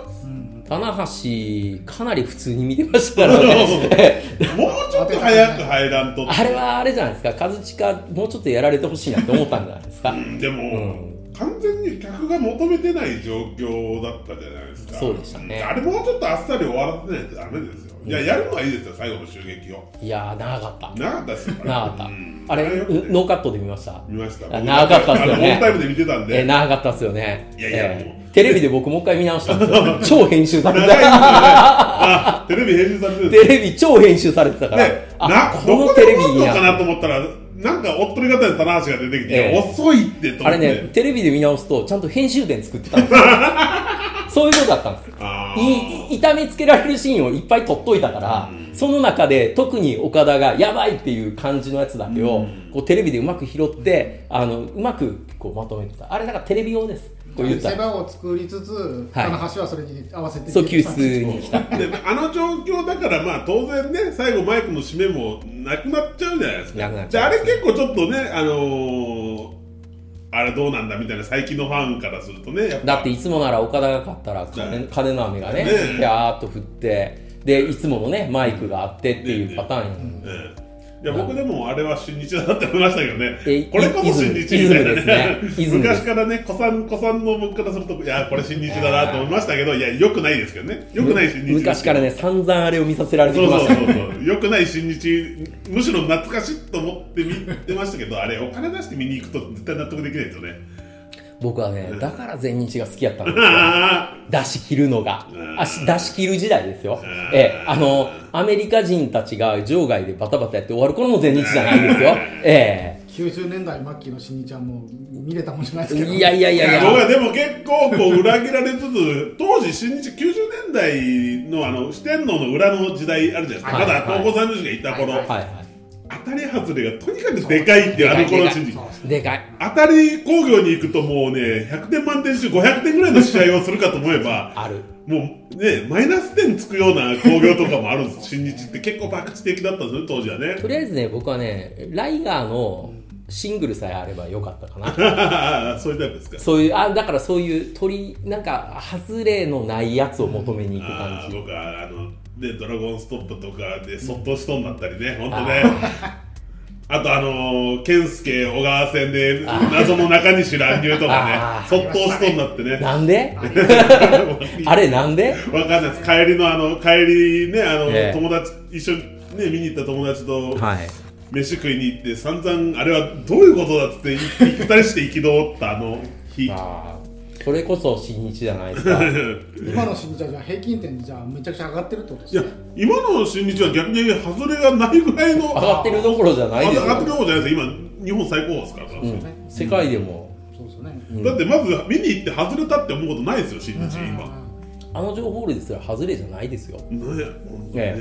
S1: 棚橋かなり普通に見てましたからね
S2: もうちょっと早く入らんと
S1: あれはあれじゃないですか和親もうちょっとやられてほしいなって思ったんじゃないですか
S2: うんでも、完全に客が求めてない状況だったじゃないですか
S1: そうでしたね
S2: あれもうちょっとあっさり終わらせないとダメですよ、いややるのはいいですよ最後の襲撃を
S1: いやー長かった
S2: なかったですよ
S1: 長かった
S2: うん
S1: あれ
S2: よくね
S1: うノーカットで見ました
S2: 見ました
S1: あ長かったっすよね
S2: あのオンタイムで見てたん
S1: え
S2: で、
S1: ー長かったですよね。
S2: いやいや
S1: えー
S2: も
S1: テレビで僕もう一回見直したん ですよ。超編集され
S2: 長い
S1: て
S2: んですよね
S1: た。
S2: あテレビ編集されてるんですよ
S1: テレビ超編集されてたから。
S2: ね、な
S1: あ、
S2: こ
S1: こ
S2: の
S1: の
S2: テ
S1: テ
S2: レ
S1: レ
S2: ビ
S1: ビいい
S2: のかな
S1: な。
S2: と思ったら、なんかおっとり方で棚橋が出てきて、
S1: ええ
S2: 遅いってと
S1: あ
S2: 思
S1: れ
S2: って、
S1: ね、テレビで見直すと、ちゃんと編集点作ってたんです よ。そういうことだったんですよ。
S2: あー
S1: いい痛めつけられるシーンをいっぱい撮っといたから、その中で特に岡田がやばいっていう感じのやつだけを、こうテレビでうまく拾って、あの、うまくこうまとめてた。あれだからテレビ用です。こう言った
S3: 世
S1: ら。
S3: 話を作りつつ
S1: はい
S3: 棚橋はそれに合わせて
S1: そう、救出に来た。
S2: であの状況だから、まあ当然ね、最後、マイクの締めもなくなっちゃうじゃないですか。
S1: なくなっち
S2: じゃ
S1: ゃう
S2: あ、あれ結構ちょっとね、あのー、あれどうなんだみたいな最近のファンからするとねやっぱ
S1: だっていつもなら岡田が勝ったら金
S2: ね
S1: 金の雨がね
S2: ね
S1: ピャーっと降ってでいつものねマイクがあってっていうパターンやん
S2: ええいや僕でもあれは新日だなって思いましたけどね
S1: え、
S2: これこそ新日みたいなね
S1: イズムイズムですねイズムです
S2: 昔からね、古参古参の僕からすると、いや、これ新日だなと思いましたけど、いや、よくないですけどね、よくない新日です
S1: 昔からね散々あれを見させられて
S2: そ
S1: き
S2: う
S1: ま
S2: そ
S1: し
S2: う
S1: た
S2: そうそう、よくない新日、むしろ懐かしいと思って見てましたけど、あれ、お金出して見に行くと絶対納得できないですよね。
S1: 僕はねだから全日が好きやったんですよ
S2: あ
S1: 出し切るのが
S2: うん
S1: あし出し切る時代ですよ
S2: ん、
S1: ええ、あのアメリカ人たちが場外でバタバタやって終わる頃の全日じゃないですよ、え
S3: 90年代末期の新日はもう見れたもんじゃないで
S1: え、
S3: すけど
S1: いやいやい
S2: い
S1: やい
S2: や
S1: や
S2: 僕はでも結構こう裏切られつつ、当時、新日90年代のあの四天王の裏の時代あるじゃないですか、
S1: はい
S2: まだ東郷三十がいた頃、
S3: はい
S1: はいは
S2: 当たり外れがとにかくでかいっていう、あの頃の新日
S3: そう。
S1: いでかい
S2: 当たり工業に行くともうね、100点満点中500点ぐらいの試合をするかと思えば、
S1: ある
S2: もうね、マイナス点つくような工業とかもあるんです、新日って結構博打的だったんですよね、当時はね。
S1: とりあえずね僕はねライガーのシングルさえあればよかったかな
S2: そういうタイプですか。
S1: そういうあだからそういう鳥なんか外れのないやつを求めに行く
S2: あ
S1: 感
S2: ー
S1: じ、
S2: 僕はあの、ね、ドラゴンストップとかでそっとしとんだったりね、本当ね。 あとあのー、健介小川戦で謎の中西乱入とか
S1: あ
S2: ね、
S1: ー
S2: そっとしとんだって ね。
S1: なんであれなんで
S2: わかんないです。帰りのあの、帰りね、あの、
S1: ええ
S2: 友達、一緒にね、見に行った友達と、
S1: はい
S2: 飯食いに行って散々あれはどういうことだっつって二人して憤ったあの日
S1: あーそれこそ新日じゃないですか
S3: 今の新日はじゃあ平均点じゃあめちゃくちゃ上がってるってこ とで
S2: いや
S3: すね
S2: 今の新日は逆に外れがないぐらいの
S1: 上がってるどころじゃない
S2: 上
S1: ですよ
S2: がってる方じゃないです今日本最高ですから、
S1: うん世界でも
S3: そうですよね
S2: だってまず見に行って外れたって思うことないですよ新日今、
S1: あの情報類ですら外れじゃないですよ
S2: ね本当にね
S1: え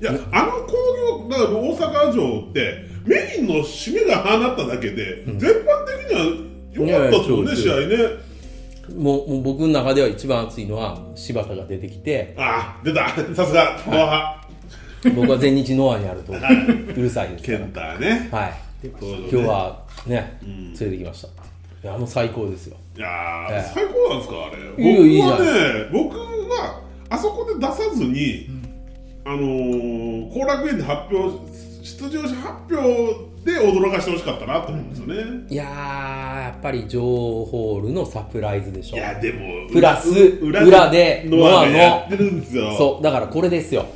S2: いやあの興行だから大阪城ってメインの締めが放っただけで、全般的には良かったですもんね
S1: いやいやそうです
S2: 試合ね
S1: もうもう僕の中では一番熱いのは柴田が出てきて
S2: ああ出 たさすが後半
S1: 僕は全日ノアにあるとうるさいです
S2: ケンターね
S1: からはい
S2: そうだね
S1: 今日はね連れてきましたいやもう最高ですよ
S2: いやー、
S1: ええ
S2: 最高なんですかあれ僕
S1: いいよいいじゃ
S2: は
S1: ない
S2: ね僕はあそこで出さずに、あのー、後楽園で発表出場者発表で驚かしてほしかったなと思うんですよね、
S1: いやーやっぱり女王ホールのサプライズでしょ
S2: いやでも
S1: プラス
S2: 裏
S1: 裏で
S2: ノア
S1: ノ
S2: が
S1: アの
S2: やってるんですよ
S1: そうだからこれですよ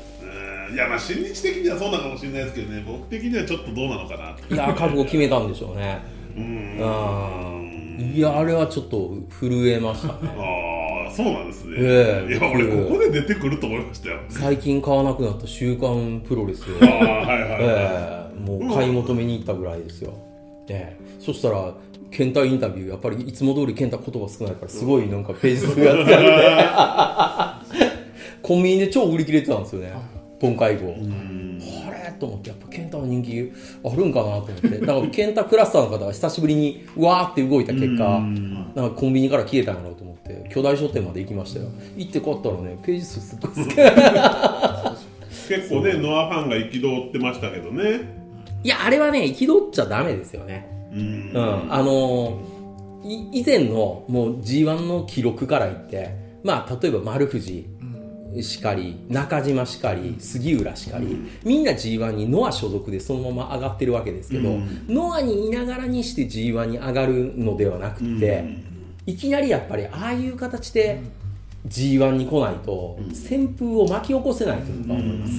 S2: うんいやまあ新日的にはそうなのかもしれないですけどね僕的にはちょっとどうなのかなと
S1: いやー覚悟決めたんでしょうね
S2: うん
S1: うんいやあれはちょっと震えましたね
S2: ああそうなんですね、
S1: ええ
S2: いや俺ここで出てくると思いましたよ
S1: 最近買わなくなった「週刊プロレス」を
S2: ああはいはい、はい
S1: ええもう買い求めに行ったぐらいですよ、ええそしたらケンタインタビューやっぱりいつも通りケンタ言葉少ないからすごいなんかページ数が少なく てコンビニで超売り切れてたんですよね本会合あれと思ってやっぱケンタの人気あるんかなと思ってだからケンタクラスターの方が久しぶりにうわーって動いた結果なんかコンビニから消えたんやろうと思って巨大書店まで行きましたよ行って買ったらねページ数すっごい少ない
S2: 結構ねノアファンが憤ってましたけどね
S1: いや、あれはね、憤っちゃダメですよね。
S2: うん
S1: うん。あのーい以前のもう G1 の記録から言って、まあ、例えば丸藤しかり、中島しかり、杉浦しかり、みんな G1 にノア所属でそのまま上がってるわけですけど、
S2: うん
S1: ノアにいながらにして G1 に上がるのではなくて、いきなりやっぱりああいう形で G1 に来ないと、旋風を巻き起こせないと僕は思います。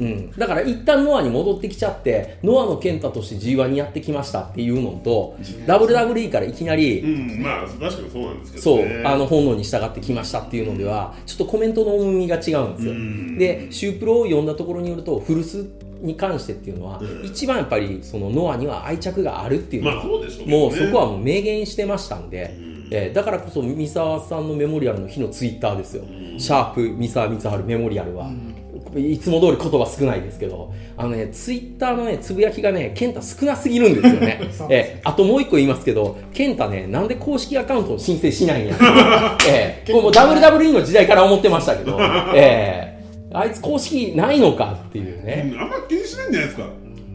S1: うん、だから一旦ノアに戻ってきちゃってノアの健太として G1 にやってきましたっていうのと WWE からいきな
S2: う
S1: り、
S2: んまあ確かにそうなんですけど
S1: そう
S2: ね
S1: あの本能に従ってきましたっていうのではちょっとコメントの重みが違うんですよ、
S2: ん
S1: でシュープロを読んだところによると古巣に関してっていうのは、一番やっぱりそのノアには愛着があるっていうの
S2: まあ
S1: が
S2: そうでしょうね
S1: もうそこはもう明言してましたんで、えーだからこそ三沢さんのメモリアルの日のツイッターですよ、シャープ三沢光晴メモリアルは、いつも通り言葉少ないですけど、あのね、ツイッターのね、つぶやきがね、健太少なすぎるんですよね
S3: そう。です
S1: えーあともう一個言いますけど、健太ね、なんで公式アカウントを申請しないんや。えー、これもう WWE の時代から思ってましたけど、えーあいつ公式ないのかっていうね。
S2: うんあんま気にしないんじゃないですか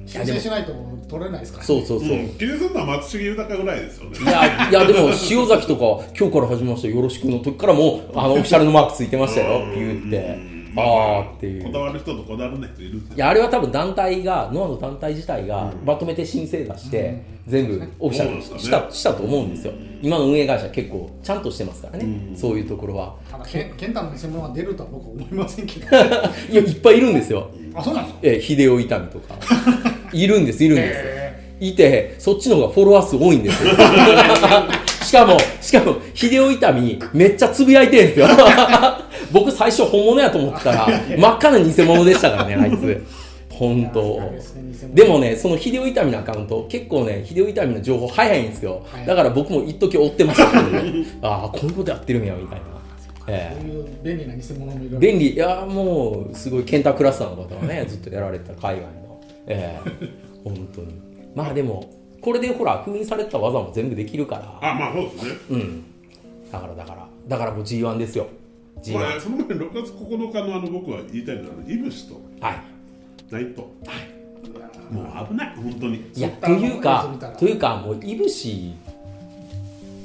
S3: 申請しないと取れないですから、ね、
S1: そうそう
S2: う
S1: そう、
S2: ん、気にするのは松重豊ぐらいですよね
S1: いやいやでも塩崎とか今日から始めましたよろしくの時からもうあのオフィシャルのマークついてましたよ
S2: うん
S1: ビューって
S2: うん
S1: あ
S2: ま
S1: あーってい
S2: こ
S1: う
S2: だわる人とこだわらない人いるん
S1: い
S2: で
S1: やあれは多分団体がノアの団体自体がまとめて申請出して全部オフィシャル
S2: そうです
S1: し
S2: か
S1: た,、
S2: ね
S1: したと思うんですよ今の運営会社結構ちゃんとしてますからね、
S2: うん
S1: そういうところは
S3: ただけん健太の偽物が出るとは僕は思いませんけ ど
S1: いやいっぱいいるんですよ
S3: あそうなんですか
S1: えー秀夫伊丹とか いるんですいるんですよ
S3: え
S1: いてそっちの方がフォロワー数多いん ですよしかもしかも秀夫伊丹めっちゃつぶやいてるんですよ 僕最初本物やと思ってたら真っ赤な偽物でした からねあいつ本当
S3: いやそうですね偽物
S1: でもねその秀夫伊丹のアカウント結構ね秀夫伊丹の情報早いんですよ
S3: 早い
S1: だから僕も一時追ってましたけどね ああこういうことやってるんやみたいなええ
S3: ーそういう便利な偽物もいる
S1: 便利いやもうすごいケンタクラスターの方がねずっとやられてた海外のええ本当にまあでもこれでほら封印されてた技も全部できるから
S2: あまあそうですね
S1: うんだからだからだからもう G1 ですよ G1
S2: こ
S1: は
S2: れその前に6月9日のあの僕は言いたいのはイブシと
S1: い
S2: ナイトもう危ない本当に
S1: いや
S3: そっ
S1: とい
S3: から
S1: う
S3: もう一つ見た
S1: からというかもういぶし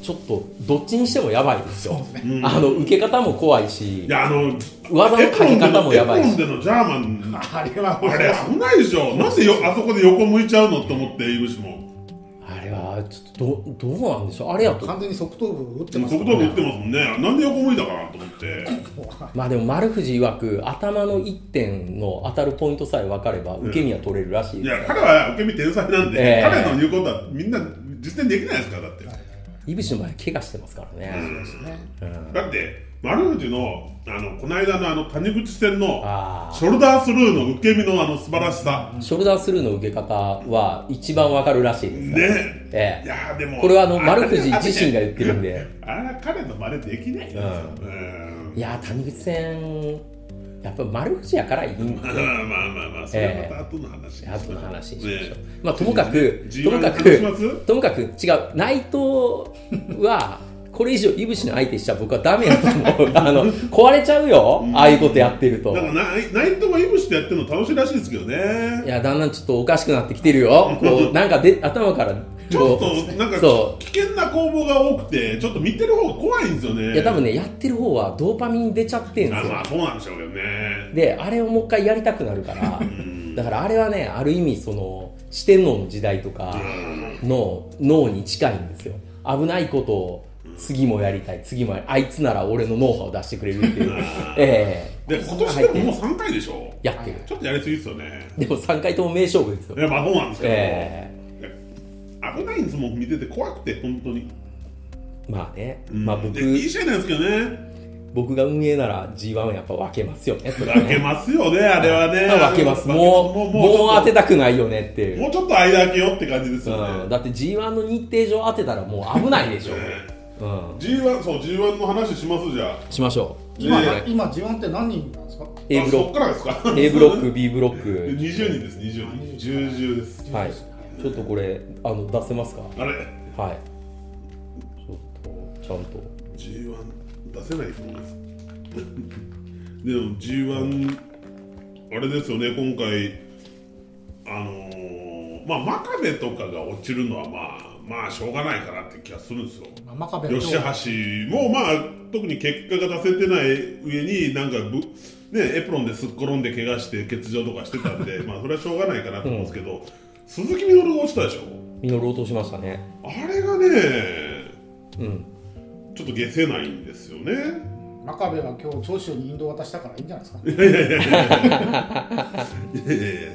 S1: ちょっとどっちにしてもやばいですよ
S2: うん
S1: あの受け方も怖い
S2: い
S1: し
S2: やあの
S1: 技のかけ方もやばいし
S2: エプロンでのジャーマン
S3: あれは
S2: あれ危ないでしょなんでよあそこで横向いちゃうのって思ってイブシも
S1: あれはちょっとどどうなんでしょうあれやと
S3: 完全に側頭部打ってます
S2: 速度打ってますもんねなんで横向いたかなと 思って
S1: まあでも丸藤曰く頭の1点の当たるポイントさえ分かれば受け身は取れるらしい
S2: い
S1: です
S2: や
S1: から
S2: 彼は受け身天才なんで、
S1: ええ
S2: 彼の言うことはみんな実践できないですからだって、
S1: いぶしの前怪我してますからね、
S3: ね
S1: うん
S2: だって丸藤のあのこの間のあの谷口戦の
S1: あ
S2: ショルダースルーの受け身のあの素晴らしさ
S1: あショルダースルーの受け方は一番分かるらしいですから、
S2: ね
S1: え
S2: いやで
S1: え
S2: も
S1: これはあの丸藤自身が言ってるんで
S2: あれ彼の真似できないですよ、うん
S1: いやー谷口戦やっぱ丸藤やからいいんです
S2: まあ
S1: よ
S2: まあまあまあそれはまた後の話です、
S1: 後の話にしましょう、
S2: ね
S1: まあともかく
S2: G1
S1: ともかく
S2: 話します
S1: ともかく違う内藤はこれ以上いぶしの相手しちゃ僕はダメだと思うあの壊れちゃうよああいうことやってると
S2: だからない内藤がイブしてやってるの楽しいらしいですけど
S1: い
S2: ね
S1: やだんだんちょっとおかしくなってきてるよこう なんかで頭から
S2: ちょっとなんか
S1: そ
S2: 危険な攻防が多くてちょっと見てる方が怖いんですよね
S1: ういや多分ねやってる方はドーパミン出ちゃってんで
S2: あ
S1: すよ
S2: まあそうなんでしょうけどね
S1: であれをもう一回やりたくなるからだからあれはねある意味その四天王の時代とかの脳に近いんですよ危ないことを次もやりたい次もやりあいつなら俺のノウハウを出してくれる っていうええ
S2: で今年でももう3回でしょ
S1: やってる
S2: ちょっとやりすぎですよね
S1: でも3回とも名勝負ですよ
S2: いやまあそうなんですけど、
S1: え
S2: 危ないんですもん見てて怖くて本当に、
S1: えまあね、
S2: うん
S1: まあ僕
S2: でいい試合なんですけどね
S1: 僕が運営なら G1 はやっぱ分けますよねそれは
S2: 負 け
S1: ね
S2: ますよねあれはね
S1: まあ分けますもうもう当て
S2: た
S1: たくないよねっていう
S2: もうちょっと間空けよって感じですよね、
S1: うん、だって G1 の日程上当てたらもう危ないでしょ、うん、
S2: G1 そう G1 の話しますじゃあ
S1: しましょう
S3: 今、
S2: え
S1: ー
S3: 今自分って何人なんですか
S1: A
S2: あ
S1: ブ
S2: そっ
S1: ロ
S2: からですか
S1: ック A ブロック B ブロッ
S2: 20
S1: ク
S2: 人です20人重々です
S1: はいちょっとこれあの出せますか
S2: あれ
S1: はいちょっとちゃんと
S2: G1 出せないと思います でも G1 あれですよね今回あのー、まあ真壁とかが落ちるのはまあまあしょうがないかなって気がするんですよ
S3: まあ真壁
S2: 吉橋もまあ特に結果が出せてない上になんかぶ、ね、エプロンですっ転んで怪我して欠場とかしてたんでまあそれはしょうがないかなと思うんですけど、鈴木みのるが落ちたでしょ
S1: ミノル落としましたね
S2: あれがね
S1: うん
S2: ちょっと下せないんですよね
S3: 真壁は今日長州にインド渡したからいいんじゃないですか
S2: いやいやいや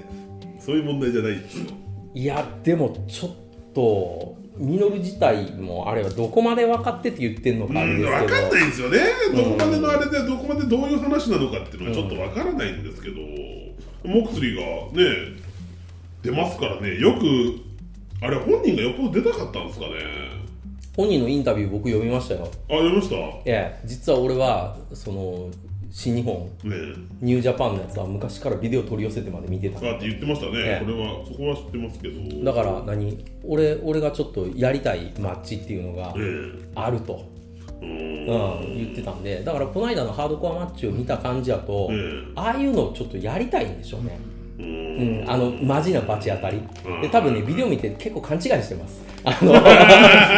S2: そういう問題じゃないですよ
S1: いやでもちょっとミノル自体もあれはどこまで分かってって言ってんの
S2: うん
S1: かあれで
S2: 分
S1: す
S2: か
S1: け
S2: ん
S1: ど
S2: ないんですよねどこまでのあれでどこまでどういう話なのかっていうのはちょっと分からないんですけどモクスリーがね出ますからねよくあれ本人がよっぽど出たかったんですかね
S1: 本人のインタビュー僕読みましたよ
S2: あやりましたね
S1: ええ実は俺はその新日本ニュージャパンのやつは昔からビデオ取り寄せてまで見てた
S2: あって言ってましたね、
S1: ええ
S2: これはそこは知ってますけど
S1: だから何俺俺がちょっとやりたいマッチっていうのが
S2: え
S1: あると、
S2: えうん
S1: うん、言ってたんでだからこの間のハードコアマッチを見た感じやと、
S2: ええ
S1: ああいうのをちょっとやりたいんでしょうね、
S2: うん
S1: うん、あのマジなバチ当たり
S2: うん
S1: で多分ねビデオ見て結構勘違いしてますあ の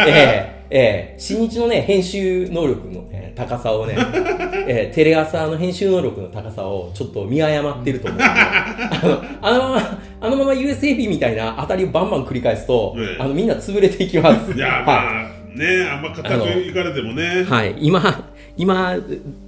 S1: ええええ新日のね編集能力の、ね、高さをね、ええテレ朝の編集能力の高さをちょっと見誤ってると思うんであのあのままあのまま USAB みたいな当たりをバンバン繰り返すと、
S2: ええ
S1: あのみんな潰れていきます
S2: いや
S1: はい
S2: まあねあんま固くいかれてもね
S1: はい、今、今、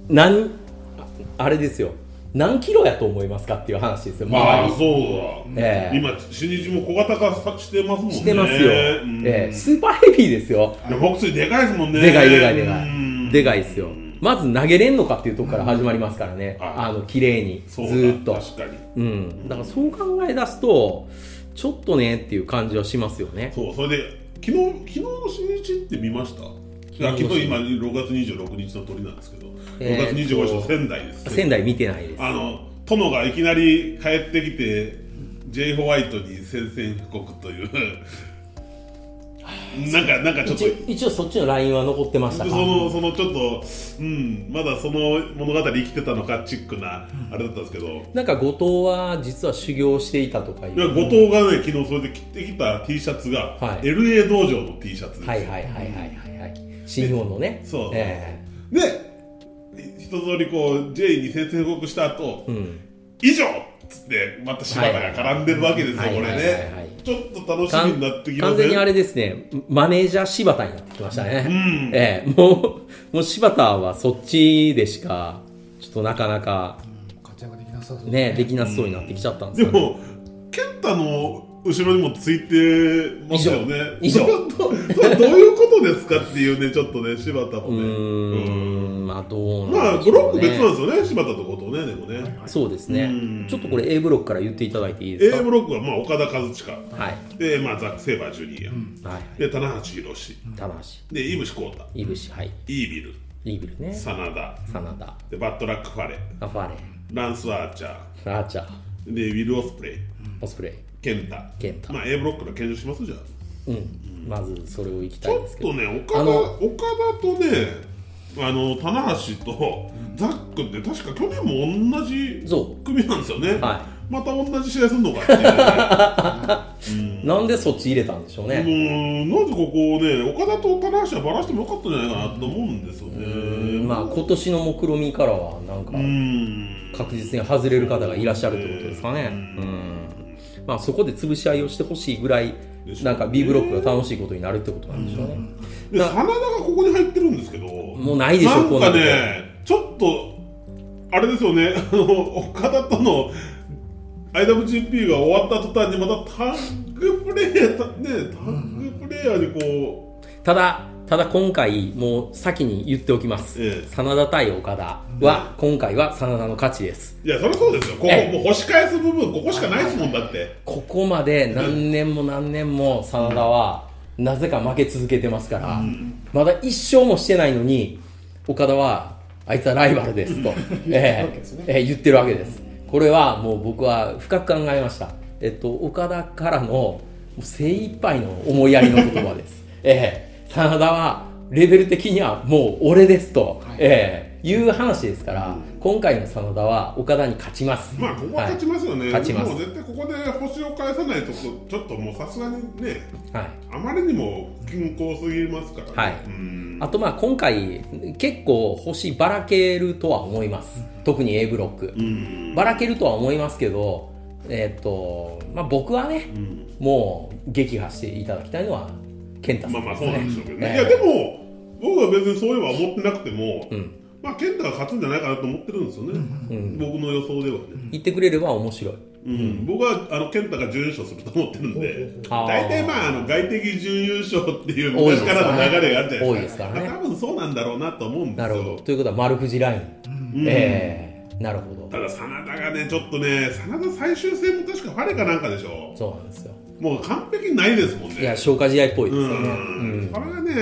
S1: 何、ああれですよ、何キロやと思いますかっていう話ですよ、
S2: まあ
S1: 周
S2: そうだ、
S1: ええ
S2: 今新日も小型化してますもん
S1: り
S2: ね
S1: してますよ、
S2: うん
S1: ええスーパーヘビーですよ、
S2: いやボックスでかいですもんね
S1: でかいでかいでか
S2: うん
S1: い、でかいですよ、まず投げれんのかっていうところから始まりますからね、
S2: うん
S1: あの綺麗に、ず
S2: そうだ
S1: ーっと、
S2: 確かに
S1: うん、だからそう考え出すと、ちょっとねっていう感じはしますよね。
S2: そうそれで昨日昨日の新日って見ましたいや
S1: 昨日
S2: 昨
S1: の
S2: 日今6月26日の鳥なんですけど、
S1: えー
S2: 6月25日の仙台です
S1: 仙台見てないです。
S2: あの殿がいきなり帰ってきて J ホワイトに宣戦布告というなんかなんかちょっ
S1: 一
S2: と
S1: 応一応そっちのラインは残ってました
S2: そ
S1: か
S2: のそのちょっと、うん、まだその物語生きてたのかチックなあれだったんですけど、
S1: なんか後藤は実は修行していたとかいう
S2: いや後藤がね、昨日それで着てきた T シャツが、
S1: はい
S2: LA 道場の T シャツです、
S1: はいはいはいはいはいはい新日本のね
S2: そう
S1: え
S2: で、一通りこう、J に宣戦布告した後、
S1: えうん
S2: 以上っつって、また柴田が絡んでるわけですよ、
S1: はい
S2: これ
S1: はいはいはい
S2: ね。ちょっと楽し
S1: か
S2: み
S1: ん
S2: になってきま
S1: 完
S2: せ
S1: 全
S2: ん
S1: にあれですねマネージャー柴田になってきましたね、
S2: うん
S1: ええもうもう柴田はそっちでしかちょっとなかなか
S3: 活躍できなさそう
S1: ねできなそうになってきちゃったんですよ、
S2: で
S1: ね、
S2: も、ケンタの後ろにもついてますよね。
S1: 以上以
S2: それどういうことですかっていうね、ちょっとね、柴田も
S1: う
S2: ね。
S1: ーんまあどう
S2: ま
S1: な
S2: あ、
S1: んでし
S2: ブ
S1: ょ
S2: ロッ
S1: う、
S2: ク
S1: ね
S2: 別なんですよね、柴田と後藤ね、でもね。
S1: そうですね
S2: うん
S1: ちょっとこれ A ブロックから言っていただいていいです
S2: A
S1: か
S2: ブロックは、まあ、岡田和親。
S1: はい
S2: で、まあ、ザック・セイバージュニア。
S1: はい
S2: で、棚橋宏士。
S1: 棚
S2: で、井口浩太。
S1: 橋いぶしはい
S2: イービル。
S1: イービルね
S2: 真田。
S1: 真田
S2: で、バッドラック・ファレ。
S1: アファレ
S2: ランス・アーチャ
S1: ンアーチャー
S2: ー。で、ウィル・オスプレイ。
S1: オスプレイ
S2: ケンタ。
S1: ケンタ
S2: まあ、A ブロックの検証しますじゃあ。
S1: うん、まずそれをいき
S2: ち
S1: たい
S2: ょ
S1: で
S2: っ
S1: すけど
S2: とね、岡田
S1: あの
S2: 岡田とね、あの棚橋とザックって、確か去年も同じ
S1: そ
S2: 組なんですよね、
S1: は
S2: また同じ試合するのかっていうね、
S1: なんでそっち入れたんでしょう
S2: う
S1: ね、
S2: ーんなぜここをね、岡田と棚橋はバラしてもよかったんじゃないかなと思うんですよね。
S1: まあ今年の目論見からはなんか
S2: うーん
S1: 確実に外れる方がいらっしゃるってことですかねうんまあそこで潰し合いをしてほしいぐらい
S2: でしょうね
S1: なんか B ブロックが楽しいことになるってことなんでしょうね
S2: で
S1: な
S2: 真田がここに入ってるんですけど
S1: うないでしょ
S2: なん
S1: こんな
S2: か
S1: の
S2: ねちょっとあれですよねあの岡田との IWGP が終わった途端にまたタッグプレイヤー、たね、タッグプレイヤーにこ
S1: ただただ今回もう先に言っておきます、
S2: ええ
S1: 真田対岡田は今回は真田の勝ちです
S2: ういやそりゃそうですよここ
S1: ええ
S2: もう干し返す部分ここしかないですもんだって
S1: ここまで何年も何年も真田はなぜか負け続けてますから、まだ一勝もしてないのに岡田はあいつはライバルですと、
S3: てる
S1: え
S3: わけですね
S1: えええ言ってるわけですこれはもう僕は深く考えました、えっと、岡田からのもう精一杯の思いやりの言葉です ええ真田はレベル的にはもう俺ですと、
S3: はい
S1: ええいう話ですから、今回の真田は岡田に勝ちます
S2: まあここは勝ちますよね、
S1: はい勝ちます
S2: もう絶対ここで星を返さないとこちょっともうさすがにね
S1: はい
S2: あまりにも均衡すぎますからね、
S1: はい
S2: うん
S1: あとまあ今回結構星ばらけるとは思います特に A ブロック
S2: うん
S1: ばらけるとは思いますけどえっ、とまあ僕はね
S2: うん
S1: もう撃破していただきたいのは健太さ
S2: まあ
S1: んで
S2: まあ
S1: す
S2: そうなんでしょうけどね。
S1: ね
S2: いやでも僕は別にそういえば思ってなくても、
S1: ん
S2: まあ健太が勝つんじゃないかなと思ってるんですよね。
S1: ん
S2: 僕の予想ではね。
S1: 言ってくれれば面白い
S2: うん僕はあの健太が準優勝すると思ってるんで、
S1: あー
S2: 大体まああの外敵準優勝っていう
S1: 多いで
S2: 昔
S1: す
S2: か
S1: からら
S2: の
S1: ね
S2: 流れがあるじゃないですか。
S1: 多いですからね
S2: まあ多分そうなんだろうなと思うんで
S1: な
S2: す
S1: る
S2: よ。
S1: ほどということは丸藤ライン、
S2: うん
S1: ええなるほど
S2: ただ真田がねちょっとね真田最終戦も確かファレかなんかでしょ。
S1: そうなんですよ
S2: もう完璧にないですもんね。
S1: いや消化試合っぽいです
S2: う
S1: よね
S2: ん、これがね、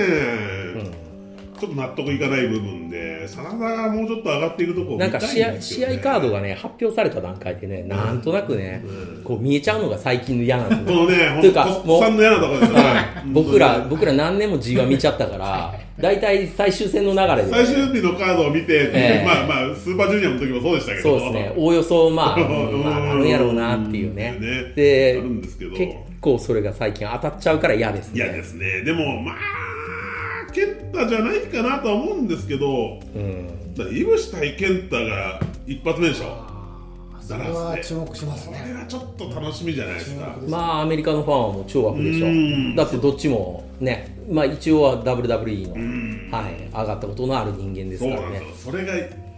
S2: ちょっと納得いかない部分で、真田がもうちょっと上がっていくところ
S1: なんか試合試合カード
S2: が
S1: がね発表された段階でねなんとなくねこう見えちゃうのが最近の嫌なんですよ
S2: このね、ほ
S1: とい
S2: ん
S1: うか
S2: と、さんの嫌なところですよね
S1: 僕ら僕ら何年も G1 見ちゃったから大体最終戦の流れで、
S2: 最終日のカードを見て、
S1: ええ
S2: まあまあスーパージュニアの時もそうでしたけど
S1: そうですねおおよそ まあ、うんまあ、あるんやろうなっていうね
S2: うんね
S1: で
S2: あるんですけど
S1: 結構それが最近当たっちゃうから嫌ですね
S2: いやですねでもまあケンタじゃないかなとは思うんですけど
S1: うん、
S2: だからイブシ対ケンタが一発目でしょ
S3: それは注目します
S2: これ
S3: ね
S2: はちょっと楽しみじゃないですか
S1: まあアメリカのファンはもう超枠でし
S2: うん
S1: ょだってどっちもねまあ一応は WWE の、
S2: ん
S1: はい、上がったことのある人間です
S2: そう
S1: か
S2: な
S1: ら
S2: んで
S1: ね
S2: すよそれが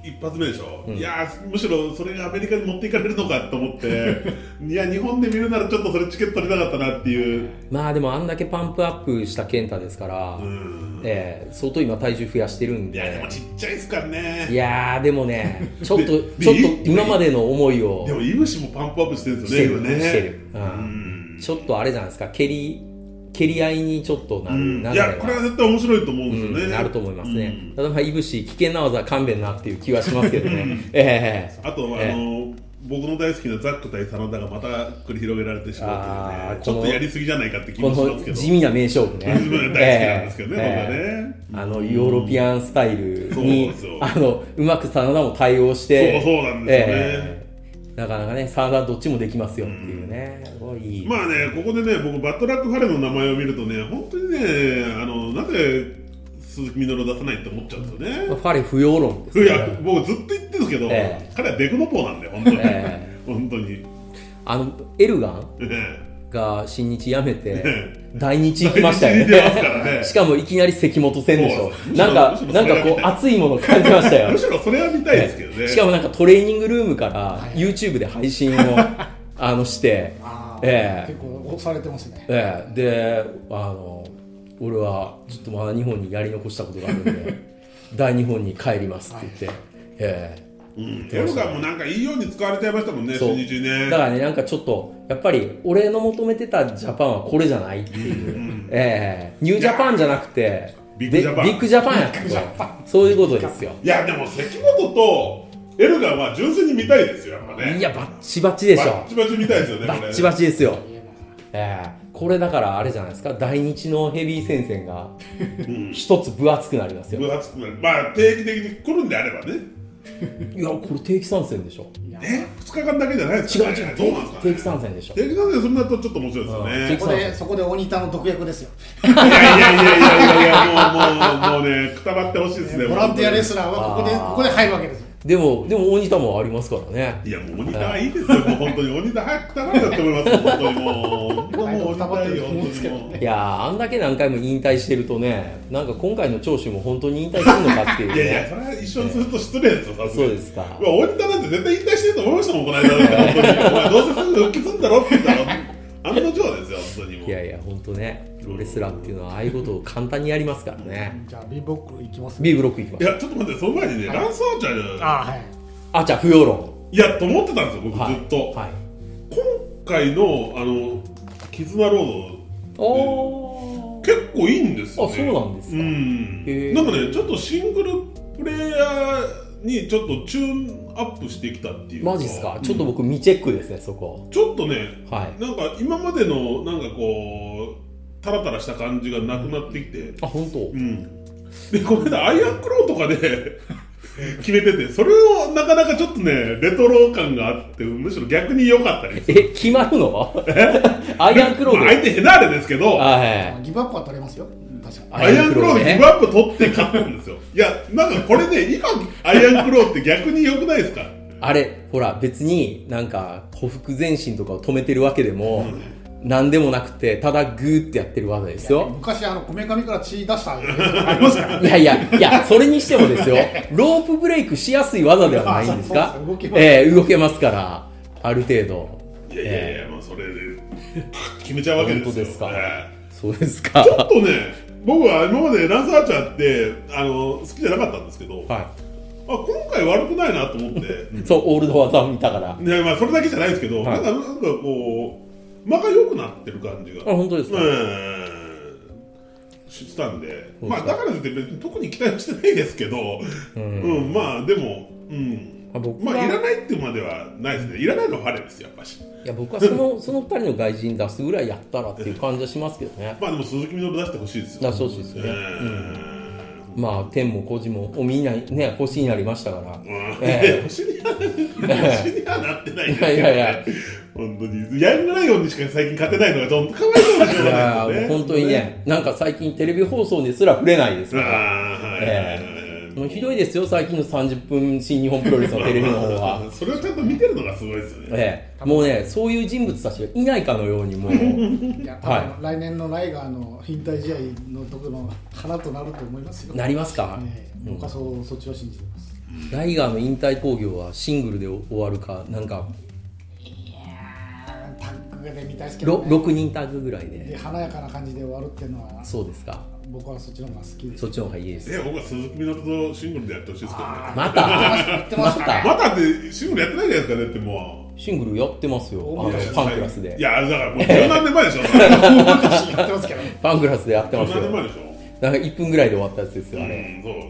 S2: 一発目でしょ、いやーむしろそれがアメリカに持っていかれるのかと思って いや日本で見るならちょっとそれチケット取りたかったなっていう、
S1: まあでもあんだけパンプアップした健太ですから、
S2: うん
S1: ええ相当今体重増やしてるん
S2: いやでも
S1: で
S2: ちっちゃいですからね
S1: いやーでもねちょっと
S2: でで
S1: ちょっと今までの思いを
S2: でもイブシもパンプアップしてるんで
S1: し
S2: す
S1: て
S2: よ
S1: る
S2: ね今ね
S1: してる、う
S2: うんん
S1: ちょっとあれじゃないですか蹴り蹴り合いにちょっとな
S2: う
S1: る、
S2: ん
S1: なる
S2: いやこれは絶対面白いと思うんですよね、
S1: うんなると思います
S2: う
S1: ね、
S2: ん
S1: ただまあいぶし危険な技は勘弁なっていう気はしますけどね ええ
S2: あとはあの、
S1: え
S2: 僕の大好きなザック対真田がまた繰り広げられてしまうというね
S1: あー
S2: ちょっ
S1: ことの
S2: やりすぎじゃないかって気
S1: こ
S2: もしますけ
S1: の
S2: ど
S1: 地味な名勝負ね
S2: 自分が大好きなんですけどね、
S1: ええええ
S2: 僕は
S1: あ
S2: ね
S1: のヨーロピアンスタイルに、
S2: そうそう
S1: あのうまく真田も対応して
S2: そうそうなんですよね
S1: ええなかなかね真田どっちもできますよっていうね、すごいいい、
S2: まあね、ここでね、僕、バットラック・ファレの名前を見るとね、本当にね、あのなぜ鈴木みのるを出さないって思っちゃうんですよね。
S1: ファレ不要論です
S2: い
S1: ね
S2: や、僕、ずっと言ってるんですけど、
S1: え
S2: 彼はデクノポーなんで、本当に、
S1: え
S2: 本当に。
S1: あのエルガン
S2: え
S1: が新日辞めて
S2: え
S1: 大日行きましたよ
S2: 大日行ってますから
S1: ね
S2: ね
S1: しかもいきなり関本戦でしょ
S2: そう
S1: なんか
S2: むし
S1: な
S2: ろ
S1: んかこ
S2: むしろそれが見た
S1: う
S2: い
S1: 熱いもの感じました
S2: え
S1: よ
S2: むしろそれは見たいですけどね。
S1: しかもなんかトレーニングルームから YouTube で配 信をあのして
S3: あー
S1: ええ
S3: 結構押されてますね
S1: ええであの俺はちょっとまだ日本にやり残したことがあるん で大日本に帰りますって言って、ええ
S2: うん、ヨルガンもなんかいいように使われちゃいましたもんね、
S1: そう
S2: 初日ね。
S1: だからねなんかちょっとやっぱり俺の求めてたジャパンはこれじゃないっていう、ええニュージャパンじゃなくて
S2: ビッグジャパン
S1: でビッグジャパンやったとそういうことですよ
S2: いや、でも関本とエルガンは純粋に見たいですよ、やっぱね。
S1: いやバッチバチでし
S2: バ
S1: ょ
S2: ッチバチ見たいですよね、
S1: バッチ
S2: バ
S1: バチですよ、ええこれだからあれじゃないですか大日のヘビー戦線が一つ分厚くなりますよ
S2: 分厚くなる。まあ、定期的に来るんであればね。
S1: いやこれ定期参戦でしょ
S3: いや
S2: え二日間だけじゃないです
S1: 違う
S2: か、
S1: 違う
S2: ど
S1: 定
S2: うな
S1: 期
S2: んですか、
S1: 定期参戦でしょ
S2: 定期なんでそれだとちょっと面白いですよ
S1: うん
S2: ね。
S3: そこでそこで鬼田の毒薬ですよ
S2: いやいやいやいやいや、もうもうもうね、くたばってほしいです ね。
S3: ボランティアレ
S2: す。
S3: スラーはここで
S1: あー
S3: ここで入るわけですよ
S1: でもでも大仁田もありますからね
S2: いや、もう鬼田はいいですよ、もう本当に鬼田早くくたばるんだと思います、本当にもう。もう鬼田いいよ、本当にも う。
S1: いやーあんだけ何回も引退してるとねなんか今回の長州も本当に引退するのかっていうね
S2: いやいや、それは一緒にすると失礼ですよ、さすが
S1: そう
S2: に。
S1: ですか
S2: うわ鬼田なんて絶対引退してると思いましたもん、この間なんか、本当に。お前、どうせすぐ復帰するんだろって言ったら、案の定ですよ、本当にもう。
S1: いやいや本当ねプロレスラーっていうのはああいうことを簡単にやりますからね
S3: じゃあ B ボックいきます、
S1: B ブロックいきま
S2: い
S1: しょう
S2: や、ちょっと待って、その前にね、
S3: はい
S2: ランスアーチャーじゃ
S3: あーはい
S1: あじゃあ不要論
S2: いや、と思ってたんですよ、僕、
S1: はい
S2: ずっと。
S1: はい
S2: 今回のあの絆ロー
S1: お
S2: ド
S1: ー
S2: 結構いいんですよ、ね、
S1: あそうなんですか
S2: うん
S1: へー
S2: なんかねちょっとシングルプレイヤーにちょっとチューンアップしてきたっていう
S1: マジっすかちょっ
S2: う
S1: と
S2: ん
S1: 僕未チェックですねそこ
S2: ちょっとね
S1: はい
S2: なんか今までのなんかこうタラタラした感じがなくなってきて
S1: あ本当
S2: うんでこの間アイアンクローとかで 決めててそれをなかなかちょっとねレトロ感があってむしろ逆に良かったです
S1: え決まるの アイアンクロー
S2: まあ相
S1: ド
S2: 手ヘナーレですけど
S1: はい
S3: ギブアップは取れますよ確かに
S2: アイアンクローでギブアップ取って勝ったん ですよ。いや、なんかこれね、今、アイアンクローって逆に良くないですか
S1: あれほら別になんか匍匐前進とかを止めてるわけでも、何でもなくてただグーってやってる技ですよ
S3: 昔あのこめかみから血出した
S2: ありますか
S1: いやいやいやそれにしてもですよロープブレイクしやすい技ではないんです
S3: あ
S1: か
S3: そうそう動けます
S1: ええ動けますからある程度
S2: いやいやいや、まあそれで、決めちゃうわけですよ。
S1: 本当ですか
S2: え
S1: そうですか
S2: えちょっとね、僕は今までランスアーチャーって、あの、好きじゃなかったんですけど、あ、
S1: は
S2: 今回悪くないなと思って、
S1: いそうオールド技を見たからあ
S2: いや、まあそれだけじゃないですけど、
S1: はい
S2: なんか、なんかこう、間が良くなってる感じが。
S1: 本当ですか、
S2: うんしたんで、
S1: そう
S2: ま
S1: です
S2: あ
S1: か
S2: だからといって別に特に期待はしてないですけど、うん、まあでも、うん、
S1: あ僕
S2: ま
S1: は
S2: あいらないってまではないですね。いらないのは晴れですよやっぱし。
S1: いや僕はその その2人の外人出すぐらいやったらっていう感じはしますけどね
S2: まあでも鈴木みのる出してほしいですよ。
S1: 出してほしいですよね、
S2: うん
S1: まあ天も小児もおみになりね星になりましたから、
S2: うん
S1: ええ
S2: 星には星にはなってないで す
S1: いやいやいや
S2: 本当にヤングライオンにしか最近勝てないのが本当かわいそうな状
S1: いや
S2: 況
S1: ー
S2: です
S1: もう
S2: よね
S1: 本当にねなんか最近テレビ放送ですら触れないです
S2: あ
S1: から
S2: あはいはいはい
S1: もうひどいですよ最近の30分新日本プロレスのテレビの方は。
S2: それをちゃんと見てるのがすごいですよね
S1: ええ、もうね、そういう人物たちがいないかのように、もう、
S3: いや、
S1: はい
S3: 多分来年のライガーの引退試合のところの腹となると思いますよ。
S1: なりますか、
S3: ええ僕はそう、そっちは信じてます。
S1: ライガーの引退興行はシングルで終わるか、なんか、
S3: いやー、タッグで見たいですけど、
S1: ろ
S3: ね。
S1: 6人タッグぐらい
S3: で
S1: で、
S3: 華やかな感じで終わるっていうのは
S1: そうですか、
S3: 僕はそっちの方が好きです
S1: そっちの方がいいです。
S2: え僕は鈴木みのとシングルでやってほしいですけどね
S1: また、
S3: てま
S1: ま
S3: した
S1: た、
S2: またってシングルやってないじゃないですかだってもう
S1: シングルやってますよ、あの
S3: いやい
S1: パンクラスで
S2: い。やだからもう十何年前でしょ
S3: 昔やってますけどね
S1: パンクラスでやって
S2: 十
S1: ます
S2: 何
S1: よ。
S2: 年前でしょ
S1: なんか1分ぐらいで終わったやつですよ、あれ。
S2: うんそう
S1: え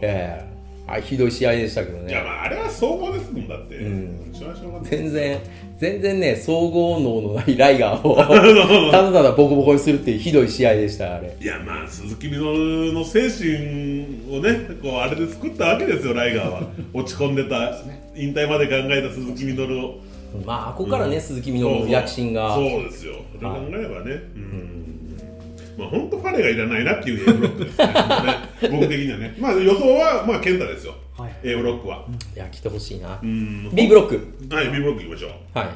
S1: えあひどい試合でしたけど
S2: いや
S1: ね
S2: ま。ああれは総合ですもんだって、
S1: う
S2: 一番しょうがない
S1: 全然、全然ね、総合能のないライガ ーを、ただただボコボコにするっていうひどい試合でした、あれ。
S2: いやまあ鈴木みのるの精神をねこうあれで作ったわけですよライガーは落ち込んでた引退まで考えた鈴木みのるを
S1: まあ、ここからね、鈴木み
S2: そう
S1: の
S2: そう
S1: 躍進が。
S2: そうですよそれ考えればね、うんまあ本当彼がいらないなっていう A ブロック ですね僕的にはねまあ予想はまあ健太ですよ、
S3: はい
S2: A ブロックはい
S1: や、来てほしいな
S2: う。ん
S1: B ブロック。
S2: はい B ブロックいきましょう
S1: はい。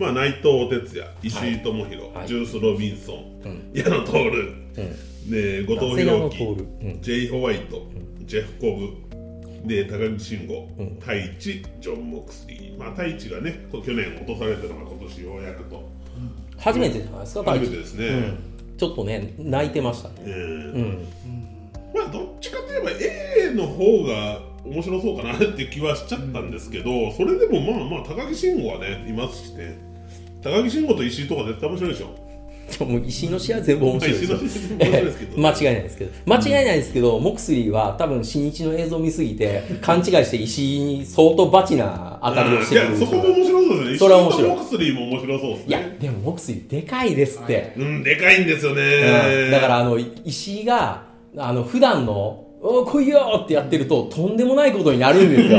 S2: まあ内藤哲也石井智弘、
S1: はい
S2: ジュース・ロビンソン、
S1: うん
S2: 矢野徹
S1: うん。
S2: で後
S1: 長
S2: 藤弘
S1: 谷川
S2: 樹
S1: の徹うん
S2: J ・ホワイト、ジェフ・コブで高木慎吾、
S1: うん
S2: 太一ジョン・モクスリー、まあ、太一がねこう去年落とされたのが今年ようやくと
S1: 初めてじゃないですか、
S2: 初め
S1: 大
S2: て
S1: 地
S2: ですね、
S1: うん。ちょっとね、泣いてましたね。
S2: えー
S1: うん。
S2: まあどっちかといえば A の方が面白そうかなっていう気はしちゃったんですけど、それでもまあまあ高木慎吾はねいますしね高木慎吾と石井とか絶対面白いでしょ
S1: でも、石井の試合は全部面白いですよ
S2: まあ石井の試合全部面白いですけど
S1: 間違いないですけど。間違いないですけど、モクスリーは多分、新日の映像を見すぎて、勘違いして石井に相当バチな当たりをして
S2: い
S1: く
S2: や
S1: るんです
S2: そ
S1: よ
S2: こも面白そうですね
S1: それは面白い
S2: 石井とモクスリーも面白そうです
S1: い
S2: ね
S1: や、でも、モクスリーでかいですって。
S3: はい
S2: うんでかいんですよね、
S1: うんだからあのい石井があの普段の「おー来いよ!」ってやってるととんでもないことになるんですよ、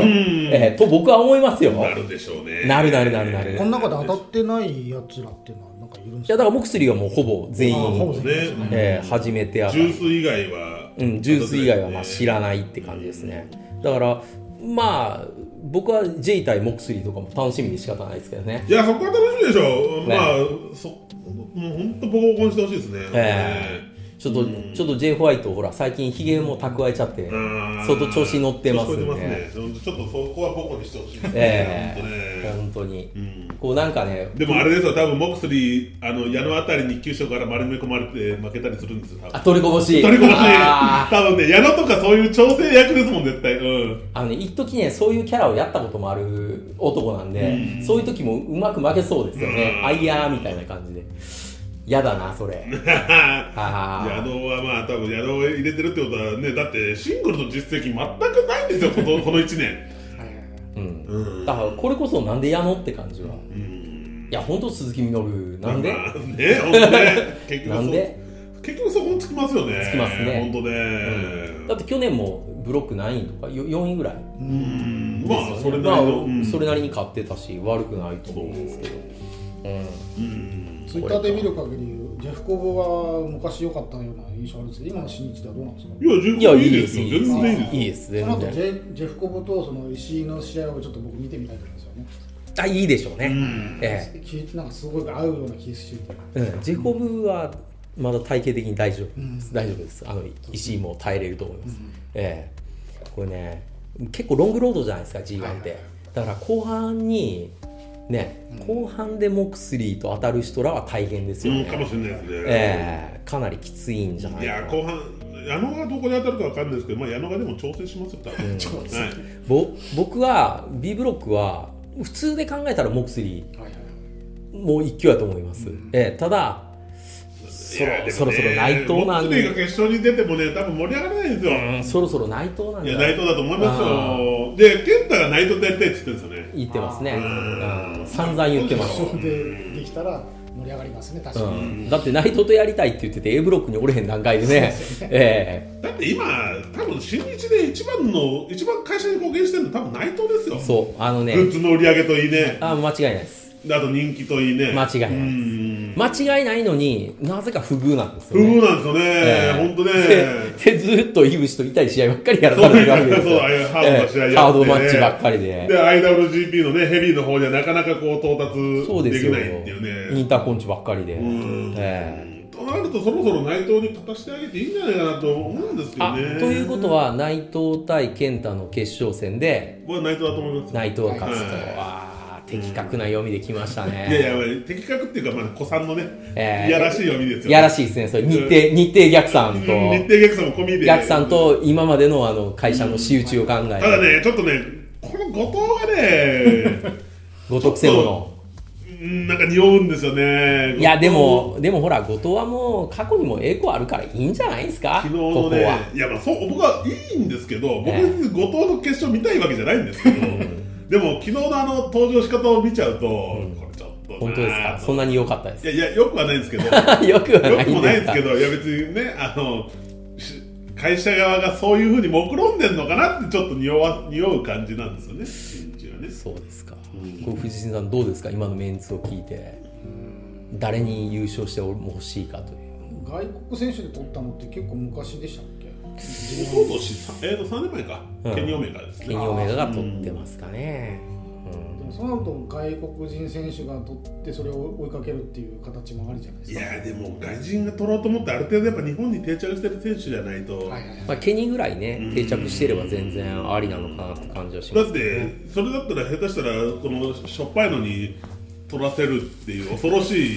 S1: えーと僕は思いますよ
S2: なるでしょうね
S1: なるなるなるなる
S3: この中で当たってないやつらっていうのはなんかいるんで
S1: いや
S3: すか
S1: だからモクスリーはもうほぼ全
S3: あほぼ
S1: 員、
S3: 全員
S2: ね
S1: えー初めてあた
S2: ジ
S1: り
S2: ュース以外は、
S1: うん、ジュース以外はまあ知
S2: ら
S1: らないって感じですね、だからまあ僕は J 対モクスリーとかも楽しみに仕方ないですけどね
S2: いやそこは楽しみでしょう、
S1: ね
S2: まあそもう本当ボコボコにしてほしいですね、
S1: え
S2: ね
S1: ちょっと、ちょっと J ホワイトほら最近ひげも蓄えちゃって
S2: あー
S1: 相当調子に乗ってます
S2: 調子
S1: ん
S2: に乗っ
S1: で
S2: てますねほんとちょっとそこはボコにしてほしいですね、
S1: ええ
S2: ほんとね
S1: 本当に、
S2: うん
S1: こうなんかね
S2: でもあれですよ、多分モクスリー、あの矢野あたりに急所から丸め込まれて負けたりするんですよ、多
S1: あ
S2: 分
S1: 取りこぼし
S2: 取りこぼし、
S1: あー
S2: 多分ね、矢野とかそういう調整役ですもん、絶対、うん、
S1: あのね一時ねそういうキャラをやったこともある男なんで、
S2: うん
S1: そういう時もうまく負けそうですよね、
S2: うん
S1: あいやーみたいな感じで嫌だなそれ
S2: 矢
S1: あー
S2: 野はまあ、多分矢野を入れてるってことはね、だってシングルの実績、全くないんですよ、このこの1年。
S3: はいはいはい
S1: うん
S2: うん
S1: だからこれこそなんでやのって感じは、い
S2: うん
S1: や本当鈴木みのるなんで、
S2: まあね、ほんとね結局そ
S1: なんで
S2: 結局そこにつきますよね。
S1: つきますね
S2: 本当ね。
S1: だって去年もブロック何位とかよ4位ぐらいで
S2: うん
S1: すよね、
S2: まあそれなりの、
S1: まあ
S2: うん
S1: それなりに勝ってたし悪くないと思うんですけど、うん、
S2: うん
S3: ツイッターで見る限りジェフコブは昔良かったような印象あるんですけど今の新日ではどうなんですか
S2: いや、十
S1: いや
S2: 分い
S1: い
S2: い
S1: い
S2: で
S1: ですす
S2: よ。
S1: いいで
S2: 全
S1: す
S2: 然いいですよ。
S1: いいです
S3: そ
S1: 全
S3: の後ジ
S1: 然
S3: ェジェフコブとその石井の試合をちょっと僕見てみたいと思うんですよね
S1: あいいでしょうね、
S2: ん
S1: ええ
S3: きなんかすごい合うような気がして
S1: うん、ジェコブはまだ体型的に大丈夫です、大丈夫ですあの石井も耐えれると思います、ええこれね結構ロングロードじゃないですか G1 って、だから後半にね後半でモクスリーと当たる人らは大変ですよ
S2: う
S1: ね、
S2: ん、かもしれないですね。
S1: ええかなりきついんじゃない
S2: い
S1: か
S2: や、
S1: な
S2: 後半、矢野がどこで当たるかわかんないですけど、まあ矢野がでも調整しますよ、多 分。
S3: 調整
S2: はい
S1: ぼ僕は B ブロックは普通で考えたらモクスリ
S3: はいはいは
S1: ー
S3: い
S1: もう一強やと思います、ええただそろ
S2: いやでもね
S1: そろそろ内藤な
S2: モ
S1: ん
S2: クスリーが
S1: で、
S2: 決勝に出てもね、多分盛り上がらないんですよ。
S1: うんそろそろ内藤なんじ
S2: い
S1: ゃ
S2: や、
S1: ない
S2: 内藤だと思いますよ。で、健太が内藤とやりたいって言ってるんですよね。
S1: 言ってますね
S2: うん
S1: うん散々言ってます
S3: それでできたら盛り上がりますね確
S1: う
S3: かに、
S1: ん、だって内藤とやりたいって言ってて A ブロックにおれへん段階でね
S3: そうですね
S1: え
S2: だって今多分新日で一番の一番会社に貢献してるの多分内藤ですよ
S1: えそうあのね
S2: グッズの売り上げといいね
S1: あ間違いないです
S2: であと人気といいね
S1: 間違いないです
S2: うん
S1: 間違いないのになぜか不遇なんです
S2: 不
S1: よ、ね
S2: 遇なんですよね、本当ね
S1: ででずっと井口と痛い試合ばっかりやらされてるわけです
S2: そう
S1: よ
S2: ああいうハードな試合やってね
S1: ええハードマッチばっかりで
S2: で IWGP のねヘビーの方じゃなかなかこう到達
S1: そうで
S2: ですき
S1: よ
S2: ないっていう
S1: イ
S2: ね
S1: ンターコンチばっかりで、
S2: うん
S1: ええ
S2: となるとそろそろ内藤に立たせてあげていいんじゃないかなと思うんですけど
S1: あ
S2: ね
S1: ということは内藤対健太の決勝戦で
S2: 僕は内藤だと思います
S1: 内藤が勝つと、
S2: はい
S1: あー的確な読みできましたね、
S2: いやいや的確っていうかまあ子さんのね、
S1: ええ
S2: いやらしい読みですよ
S1: やらしいですねそれ日程日程逆算と
S2: うん日程逆算も込みで
S1: 逆算と今までのあの会社の仕打ちを考え
S2: ただ
S1: て
S2: ねちょっとねこの後藤 がね
S1: 五徳せもの
S2: うんなんか匂うんですよね
S1: いやでもでもほら後藤はもう過去にも栄光あるからいいんじゃないですか
S2: 昨日
S1: こ
S2: の
S1: こ
S2: ね
S1: はい
S2: やまあそう僕はいいんですけど僕
S1: ええ
S2: 別に後藤の決勝見たいわけじゃないんですけどでも昨日のあの登場仕方を見ちゃうと、これちょっとなあ
S1: 本当ですかそんなに良かったで
S2: い
S1: す
S2: やいやよくはない んですけどよく
S1: よくはない
S2: も
S1: ん
S2: な
S1: で
S2: い
S1: す
S2: んで
S1: か
S2: すけどいや別にねあのし会社側がそういうふうに目論んでんのかなってちょっと匂わ匂う感じなんですよね新日はね
S1: そうですか、これ藤井さんどうですか今のメンツを聞いて誰に優勝してほしいかという
S3: 外国選手で取ったのって結構昔でしたっけ
S2: おととし、さえー、と3年前か、
S1: うん
S2: ケニーオメガです
S1: ケニ
S2: ね
S1: ーオメガが取ってますかね、うん
S3: でもそうなると外国人選手が取ってそれを追いかけるっていう形もありじゃないで
S2: い
S3: すか
S2: やーでも外人が取ろうと思ってある程度やっぱ日本に定着してる選手じゃないと、
S3: はいはいはい
S1: まあ、ケニーぐらいね定着してれば全然ありなのかなって感じはしま
S2: だ
S1: す
S2: ってそれだったら下手したらこのしょっぱいのに取らせるっていう恐ろしい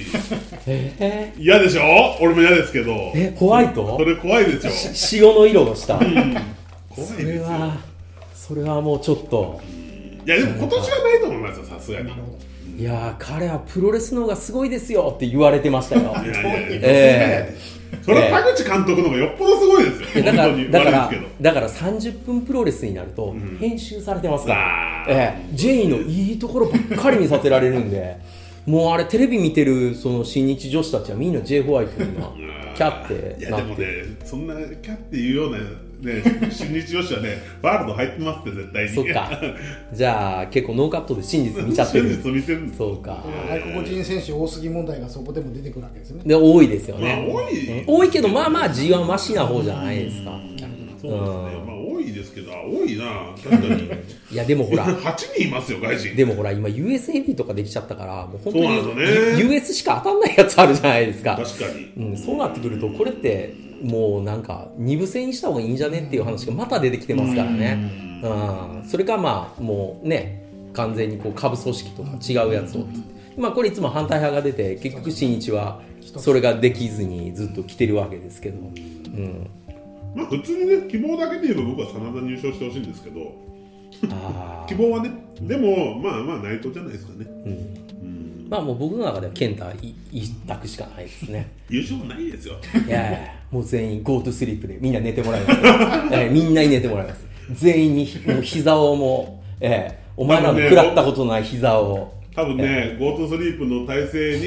S1: え
S2: 嫌でしょ俺も嫌ですけど
S1: ー、えホワイト
S2: それ怖いでしょ
S1: し塩の色の下
S2: 怖い
S1: そ
S2: で
S1: れ
S2: すよ
S1: はそれはもうちょっと
S2: いやでも今年はないと思いますよさすがにい
S1: いやー彼はプロレスの方がすごいですよって言われてましたよ
S2: やいやいや
S1: え
S2: それは田口監督の方がよっぽどすごいで
S1: え
S2: すよ
S1: だから
S2: 本当に
S1: だから
S2: 悪いですけど
S1: だから30分プロレスになると編集されてますから、
S2: あー
S1: ええ、ジェイのいいところばっかり見させられるんでもうあれテレビ見てるその新日女子たちはみんな J ホワイトに今キャッ
S2: い
S1: て
S2: や
S1: な
S2: で
S1: っ
S2: も
S1: て
S2: ねそんなキャっていうようなね新日女子はねワールド入ってますって絶対に
S1: そっかじゃあ結構ノーカットで真実見ちゃってる
S2: 真実見てるんです
S1: そうか
S3: 外国人選手多すぎ問題がそこでも出てくるわけですよね
S1: で多いですよ
S2: まあ
S1: ね、
S2: 多い、
S1: うん多いけどまあまあ G1 マシな方じゃないですか
S2: そうですねまあ多いですけどあ多いな確かに
S1: いやで もほ ら
S2: 8人いますよ外人
S1: でもほら今 US ヘビーとかできちゃったからもう本当
S2: そうなんですよね
S1: に US しか当たんないやつあるじゃないですか
S2: 確かに
S1: うん、そうなってくるとこれってもうなんか二部制にした方がいいんじゃねっていう話がまた出てきてますからね、うん、それかまあもうね完全にこう下部組織とか違うやつを、まあこれいつも反対派が出て結局新日はそれができずにずっと来てるわけですけど、うん、
S2: まあ普通にね希望だけで言えば僕は真田に優勝してほしいんですけど
S1: あ
S2: 希
S1: ー
S2: 望はねでもまあまあ内藤じゃないですかね
S1: まあもう僕の中では健太い一択しかないですね。
S2: 優勝もないですよ
S1: いやいやもう全員 Go to sleep でみんな寝てもらいます、えーみんなに寝てもらいます全員にひもう膝をもう、えーお前らの食らったことない膝を
S2: 多分ね GoToSleep の体制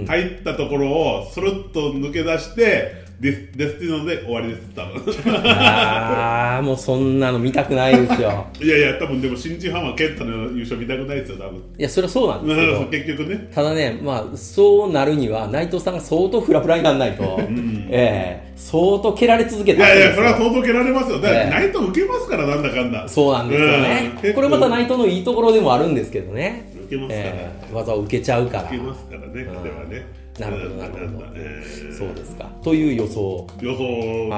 S2: に入ったところをスルッと抜け出してデスデスティノで終わりです多分
S1: ああもうそんなの見たくないですよ
S2: いやいや多分でも新人ファンは健太の優勝見たくないですよ多分
S1: いやそれはそうなんですけど
S2: 結局ね
S1: ただね、まあ、そうなるには内藤さんが相当フラフラにならないと、えー相当蹴られ続け
S2: い
S1: たわ
S2: や
S1: け
S2: い
S1: です
S2: や
S1: よ
S2: それは相当蹴られますよだから
S1: ええ
S2: 内藤受けますからなんだかんだ
S1: そうなんですよね
S2: うん、結構
S1: これまた内藤のいいところでもあるんですけどね
S2: 受けますから
S1: えー技を受けちゃうから
S2: 受けますからね
S1: ん
S2: 彼はね
S1: なるほどなるほど
S2: んだかんだええ
S1: そうですかという予想
S2: 予想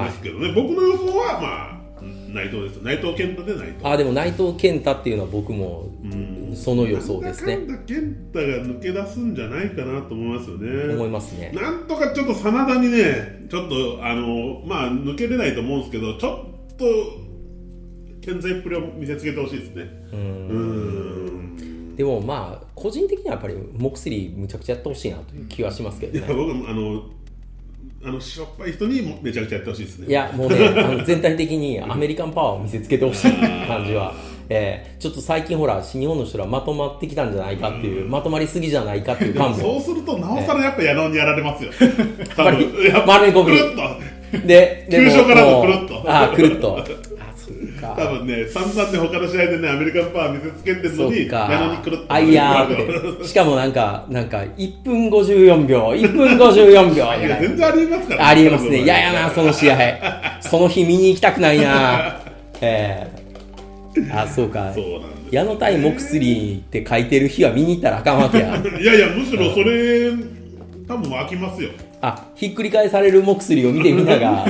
S2: ですけどね、僕の予想はまあ内藤です内藤健太で内藤
S1: あでも内藤健太っていうのは僕もその予想ですね
S2: なんだかんだ健太が抜け出すんじゃないかなと思いますよね
S1: 思いますね
S2: なんとかちょっと真田にねちょっとあのまあ抜けれないと思うんですけどちょっと健在っぷりを見せつけてほしいですねうんん
S1: でもまあ個人的にはやっぱりモクスリーむちゃくちゃやってほしいなという気はしますけ
S2: い
S1: ど
S2: や
S1: ね
S2: 僕もあのあのしょっぱい人にもめちゃくちゃやってほしいですね
S1: いやもうねあの全体的にアメリカンパワーを見せつけてほしい感じはえーちょっと最近ほら、日本の人らまとまってきたんじゃないかっていう、まとまりすぎじゃないかっていう
S2: で
S1: 感
S2: も
S1: も。
S2: そうするとなおさらやっぱ矢野にやられますよ多
S1: ぱり
S2: 分やっぱ
S1: 丸め込
S2: く
S1: み
S2: るっと
S1: で、でも
S2: 急所からの
S1: もう
S2: くるっと
S1: あー、くるっ と。あ、そっか。
S2: 多分ね、散々で他の試合でね、アメリカンパワー見せつけてる
S1: そ
S2: の
S1: っ
S2: に、
S1: か。
S2: 矢野にくるっと。
S1: あ、いやーって。しかもなんか、なんか、1分54秒、1分54秒。
S2: いや、全然ありえますから、
S1: ありえますね。嫌やな、その試合。その日見に行きたくない な。えー、あ、そうか。
S2: そうなんです。
S1: 矢野対モクスリーって書いてる日は見に行ったらあかんわけや。
S2: いやいや、むしろそれ、多分飽きますよ。
S1: あ、ひっくり返されるモクスリーを見てみんな が。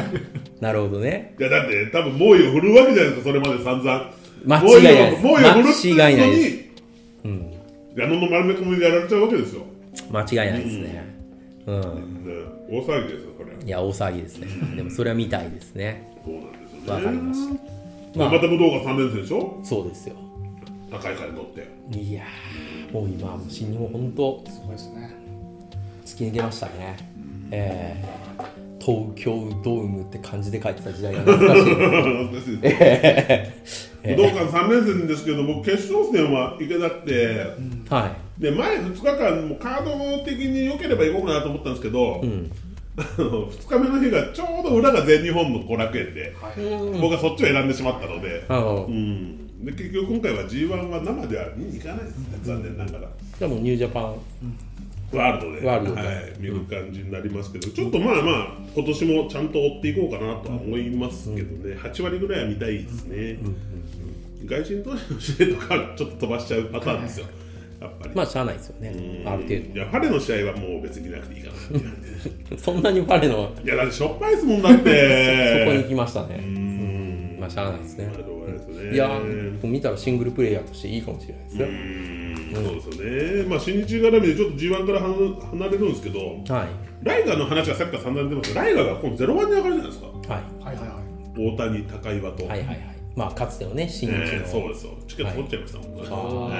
S1: なるほどね。
S2: いや、だって、多分猛威を振るわけじゃないですか、それまで散々。
S1: 間違いないです
S2: 猛威を猛威を振るって
S1: 間違いないで
S2: いうのに、矢野の丸め込みでやられちゃうわけですよ。
S1: 間違いないですね。うん。
S2: ね大騒ぎですよ、これ。
S1: いや、大騒ぎですね。でもそれは見たいですね。
S2: そうなんですよね。
S1: わかりましたま
S2: ま
S1: あ
S2: あ、また武道館3年生でしょ
S1: そうですよ。
S2: 高いから乗って。
S1: いやー、もう今、新日本本当、
S3: すごいですね
S1: 突き抜けましたね。えー、東京ドームって漢字で書いてた時代 が懐かしい。
S2: 難しいです 武道館3連戦ですけど僕決勝戦は行けなくて、
S1: は
S2: で前2日間もカード的に良ければ行こうかなと思ったんですけど、
S1: ん
S2: あの2日目の日がちょうど裏が全日本の後楽園で、
S1: い。うん。
S2: 僕はそっちを選んでしまったので,、
S1: あの
S2: う、ん、で結局今回は g 1は生では見に行かないですね残念ながら。
S1: でもニュージャパン、
S2: ワールドで
S1: ワールドで
S2: はい、見る感じになりますけど、ちょっとまあまあ、今年もちゃんと追っていこうかなとは思いますけどね、8割ぐらいは見たいですね、外人投手の試合とか、ちょっと飛ばしちゃうパターンですよ、やっぱり。
S1: まあ、しゃあないですよね。
S2: うん
S1: ある程
S2: いや、ファレの試合はもう別に見なくていいかなって感じで
S1: 度。そんなにパレの、
S2: いや、だってしょっぱいですもんだっ
S1: そこに
S2: て、
S1: 行きましたね。
S2: うん
S1: まあしゃあないですね
S2: まあしょうがないですね
S1: いやー、見たらシングルプレイヤーとしていいかもしれないですよ。
S2: うんそうですよね、まあ、新日絡みでちょっと g 1からは離れるんですけど、
S1: はい。
S2: ライガーの話はさっきから散々出てますけど、ライガーが今ゼロワンで上がるじゃないですか。
S1: はい。
S3: はいはいはい
S2: 大谷、高岩と。
S1: はいはいはい。まあ、かつてのね、新日の、
S2: えーそうですよ。チケット取っちゃいましたもんね。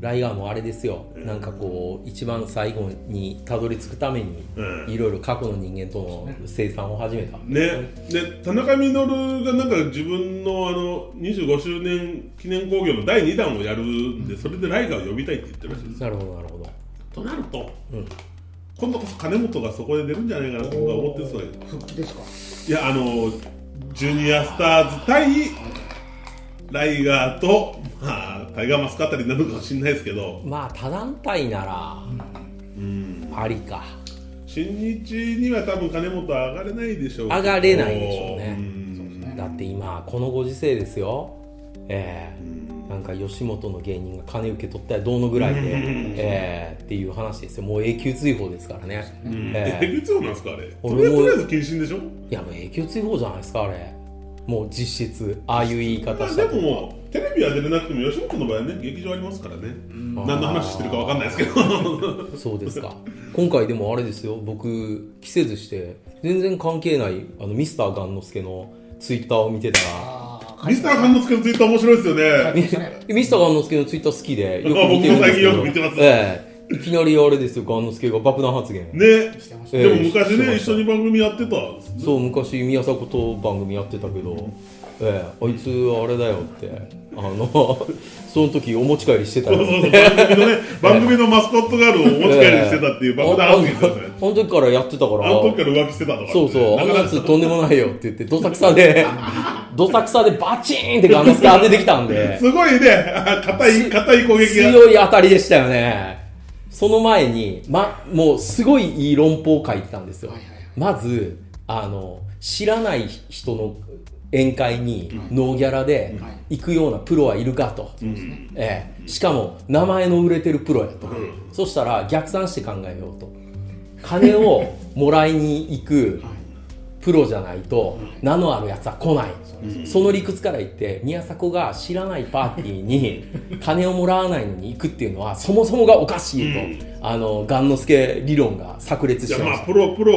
S1: ライガーもあれですよ、なんかこう、一番最後にたどり着くために、
S2: うん
S1: いろいろ過去の人間との生産を始めた、
S2: ね、で田中稔がなんか自分のあの25周年記念興行の第2弾をやるんで、それでライガーを呼びたいって言ってました
S1: なるほど、なるほど、
S2: となると、
S1: うん
S2: 今度こそ金本がそこで出るんじゃないかなと僕は思ってるんですよ
S3: 復帰ですか
S2: いやあのジュニアスターズ対ライガーと、まあ、タイガーマスカあたりになるかもしれないですけど、
S1: まあ、他団体なら、
S2: うん、
S1: ありか、
S2: 新日には多分金本は上がれないでしょうけど
S1: 上がれないでしょうね
S2: ん
S3: そうですね
S1: だって今、このご時世ですよ、ええなんか吉本の芸人が金受け取ったらどうのぐらいで、ええっていう話ですよ、もう永久追放ですからね、
S2: うん
S1: え
S2: え
S1: え
S2: え必要なんですかあれそ
S1: 俺
S2: れ
S1: も
S2: はとりあえず謹慎でしょ
S1: いや、もう永久追放じゃないですか、あれ、もう実質、ああいう言い
S2: ま
S1: 方
S2: あ
S1: し
S2: で
S1: たと
S2: ももうテレビは出れなくても吉本の場合はね劇場ありますからね何の話してるかわかんないですけど
S1: そうですか今回でもあれですよ僕着せずして全然関係ないあのミスターガンノスケのツイッターを見てたら
S3: あ
S2: ミスター半之助のツイッター面白いですよね
S3: いですね
S1: ミスターガンノスケのツイッター好きでよく見てるんですけど
S2: 僕も最近よく見てます
S1: ええいきなりあれですよガンノスケが爆弾発言、
S2: ね
S3: してました
S1: え
S3: ね
S2: でも昔
S1: え
S2: ね
S1: え
S2: 一緒に番組やってた
S1: そう昔宮迫と番組やってたけど、ええあいつあれだよってあのその時お持ち帰りしてた
S2: そう
S1: よ
S2: そう
S1: って
S2: そう番組 のね番組のマスコットガールをお持ち帰りしてたっていう爆弾発言ですよね
S1: あの時からやってたから
S2: あの時から浮気してたとかね
S1: そうそう、あ
S2: なんか
S1: な
S2: な
S1: や
S2: か
S1: つとんでもないよって言って、どさくさで、どさくさでバチーンってガンダスカ当ててきたんで、
S2: すごいね 硬い硬い攻撃が
S1: 強い当たりでしたよね。その前に、ま、もうすごいいい論法を書いてたんですよ
S3: はいはいはい。
S1: まず、あの、知らない人の宴会にノーギャラで行くようなプロはいるかと。ええ、しかも、名前の売れてるプロやと。そしたら、逆算して考えようと。金をもらいに行くプロじゃないと名のあるやつは来ない、その理屈から言って宮迫が知らないパーティーに 金をもらわないのに行くっていうのはそもそもがおかしいと、あの雁之助理論が炸裂
S2: い
S1: し
S2: や
S1: てま
S2: ま
S1: し
S2: あ
S1: た
S2: プロプロ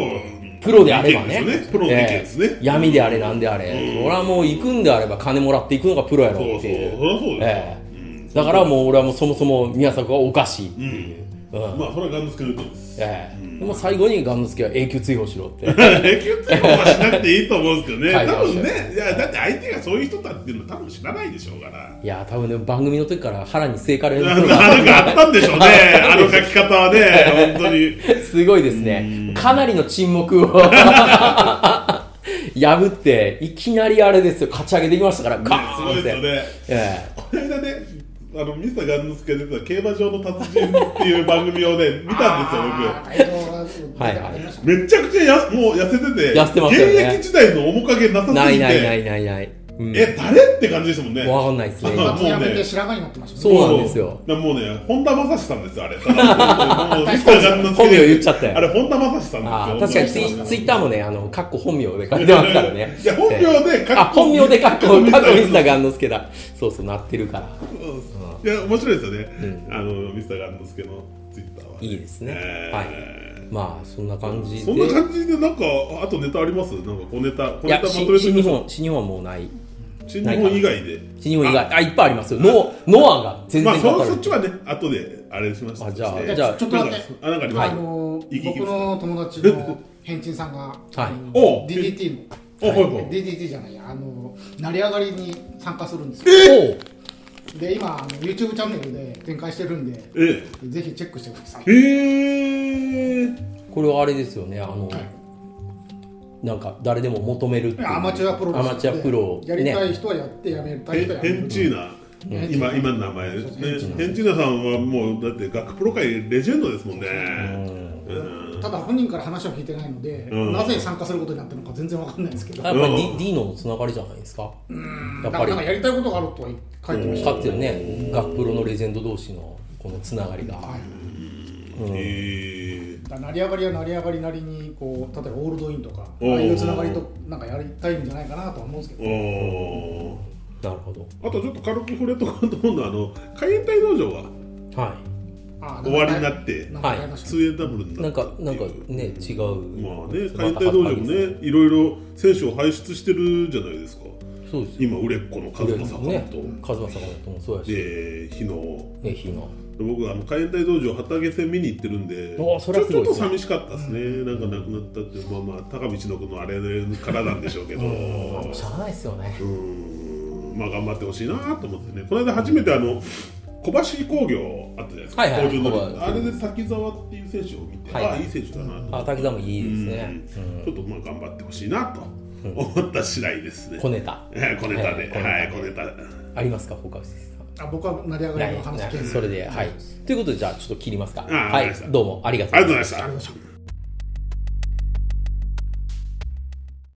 S1: プロであればね
S2: 意見ですよプロの意見ですね、
S1: ええ闇であれなんであれ、俺はもう行くんであれば金もらって行くのがプロやろ
S2: そうそう
S1: っていう
S2: そりゃそうですよ、
S1: ええだからもう俺はもうそもそも宮迫がおかしいっていう、うん
S2: まあそれはガンノスケ ルトです
S1: ええでも最後にガンノスケは永久追放しろって
S2: 永久追放はしなくていいと思うんですけど
S1: は
S2: ね
S1: い
S2: 多分ねいやだって相手がそういう人だっていうのは多分知らないでしょうから
S1: いやー多分ね番組の時から腹に据えかれる
S2: な
S1: とこ
S2: ん
S1: ろが
S2: かあったんでしょうねあの書き方はね本当に
S1: すごいですね。かなりの沈黙を 破って、いきなりあれですよ、勝ち上げてきま したから、ガ
S2: ねす
S1: ー
S2: ご
S1: ン
S2: い
S1: っ
S2: で
S1: て。
S2: すよね
S1: え
S2: この間ね、あのミスターガンノスケで出た競馬場の達人っていう番組をね、見たん
S3: あー
S1: はい
S3: ありまし
S2: ですよ、
S3: た
S2: 僕。めちゃくちゃやもう痩せてて、
S1: 痩せてますよね
S2: 現役時代の面影なさす
S1: え
S2: ぎて、
S1: ないないないないない。うん、
S2: え、誰って感じでしたもんね。
S1: わかんないですね。
S2: あ
S1: 今
S2: もうね
S3: やめて白髪になってましたね
S1: そうなんですよ
S2: もうもうね、本田正史さんですよ、あ れ。ただもうミスターガンノスケ
S1: 本名言っちゃったよ
S2: あれ、本田正史さんですよ。
S1: あー確かにツ
S2: もう
S1: イツイッターもね、あの、かっこ本名で書いてますからね
S2: 。いや、本名で、
S1: あ、本名でかっこ、かっこミスター
S2: ン。
S1: ガンノスケだ。そうそう、なってるから。
S2: いや、面白いですよね。あの、ミスターガンノスケのツイッターは。
S1: いいですね。
S2: えー
S1: はい。まあ、そんな感じで。
S2: そんな感じでなんかあとネタありますなんか小ネタ小
S1: い
S2: ネタ
S1: や
S2: ま、
S1: し
S2: とめて
S1: 新日
S2: みましょう
S1: 本、新日本はもうない。
S2: 新日本以外で
S1: 新日本以外、あ、いっぱいありますよ。ノア、ノアが全
S2: まあ
S1: 然
S2: そ
S1: 語
S2: の
S1: る
S2: そっちはね後であれしました
S1: あじゃあ
S2: して
S1: じゃあ
S3: ちょっと
S2: なん
S3: 待
S2: か
S3: って
S2: あなんかありま
S3: あ
S2: す
S3: の
S2: いい
S3: 僕の友達の変人さんが、
S1: はい
S2: おう
S3: DDT の
S2: あはいはい
S3: DDT じゃないやあの成り上がりに参加するんですよ
S1: おう
S3: で今あの YouTube チャンネルで展開してるんで
S2: え
S3: ぜひチェックしてください
S2: えへえ
S1: これはあれですよねあの、なんか誰でも求めるっていう
S3: アマチュアプロレス
S1: ア
S3: で
S1: マチュアプロ
S3: やりた
S1: ね
S3: い人はやってやめたい人はやめ
S2: ヘン
S3: る
S2: チーナ
S3: ん
S2: 今今の名前ね
S3: そう
S2: ヘンチーナさんはもうだって学プロ界レジェンドですもんねうん
S3: ただ本人から話を聞いてないので、
S2: うん
S3: なぜ参加することになったのか全然わかんないんですけど、
S1: やっぱり
S2: う
S1: D,
S2: ん
S1: D のつながりじゃないですかやっ
S3: な
S1: ぱ
S3: ん
S1: り
S3: かやりたいことがあるとは書いてました
S1: かつてね学プロのレジェンド同士のこのつながりが、
S3: はい
S2: へえ
S3: だから成り上がりは成り上がりなりにこう例えばオールドインとかああ
S2: おー
S3: いうつながりとなんかやりたいんじゃないかなとは思うんですけど
S2: おー
S1: なるほど
S2: あとちょっと軽く触れとこうと思うのはあの海援隊道場は
S1: は
S3: あー
S2: 終わりになって
S3: なんかやりましたね
S2: ツーエンダブルに
S1: いな
S2: なっ
S1: ん
S2: た
S1: か
S2: っていう
S1: なんかね違う
S2: まあね、海底道場もね、いろいろ選手を輩出してるじゃないですか。
S1: そうですよ
S2: 今、売れっ子の和
S1: ね
S2: 正さんと、
S1: カズマさんともそうやし
S2: で、日野。
S1: ねひの
S2: 僕、あの海底道場、旗揚げ戦見に行ってるんで、
S1: おそれはす
S2: ち
S1: ご
S2: ょっ
S1: いで
S2: と
S1: すね
S2: 寂しかったですね、なんか亡くなったっていう、まあまあ、高道の子のあれからなんでしょうけど、う
S1: しゃあないっすよね
S2: ん、まあ、頑張ってほしいなと思ってね、この間初めてあの、小橋工業あったじゃないですか、
S1: はいはい
S2: 工場
S1: 小
S2: の
S1: 橋
S2: あれで滝沢っていう選手を見て、
S1: はいはい
S2: ああ、いい選手だなと
S1: あ滝沢もいいですね
S2: うんちょっとまあ頑張ってほしいなと思った次第ですね。
S1: 小ネタ
S2: えー小ネタで、
S1: え
S2: は
S1: え
S2: い、小ネタで。
S1: ありますか他藤さん
S3: あ僕は成り上が
S1: な
S3: りの
S1: い
S3: 話
S1: な
S3: 聞
S1: い
S3: いて
S1: それではいということでじゃあちょっと切りますか
S2: あわ
S1: は
S2: かりました
S1: いどうもありがとう
S2: ありがとうご
S1: ござい
S2: ざい
S1: ま
S2: ま
S1: し
S2: したた
S3: あり。ました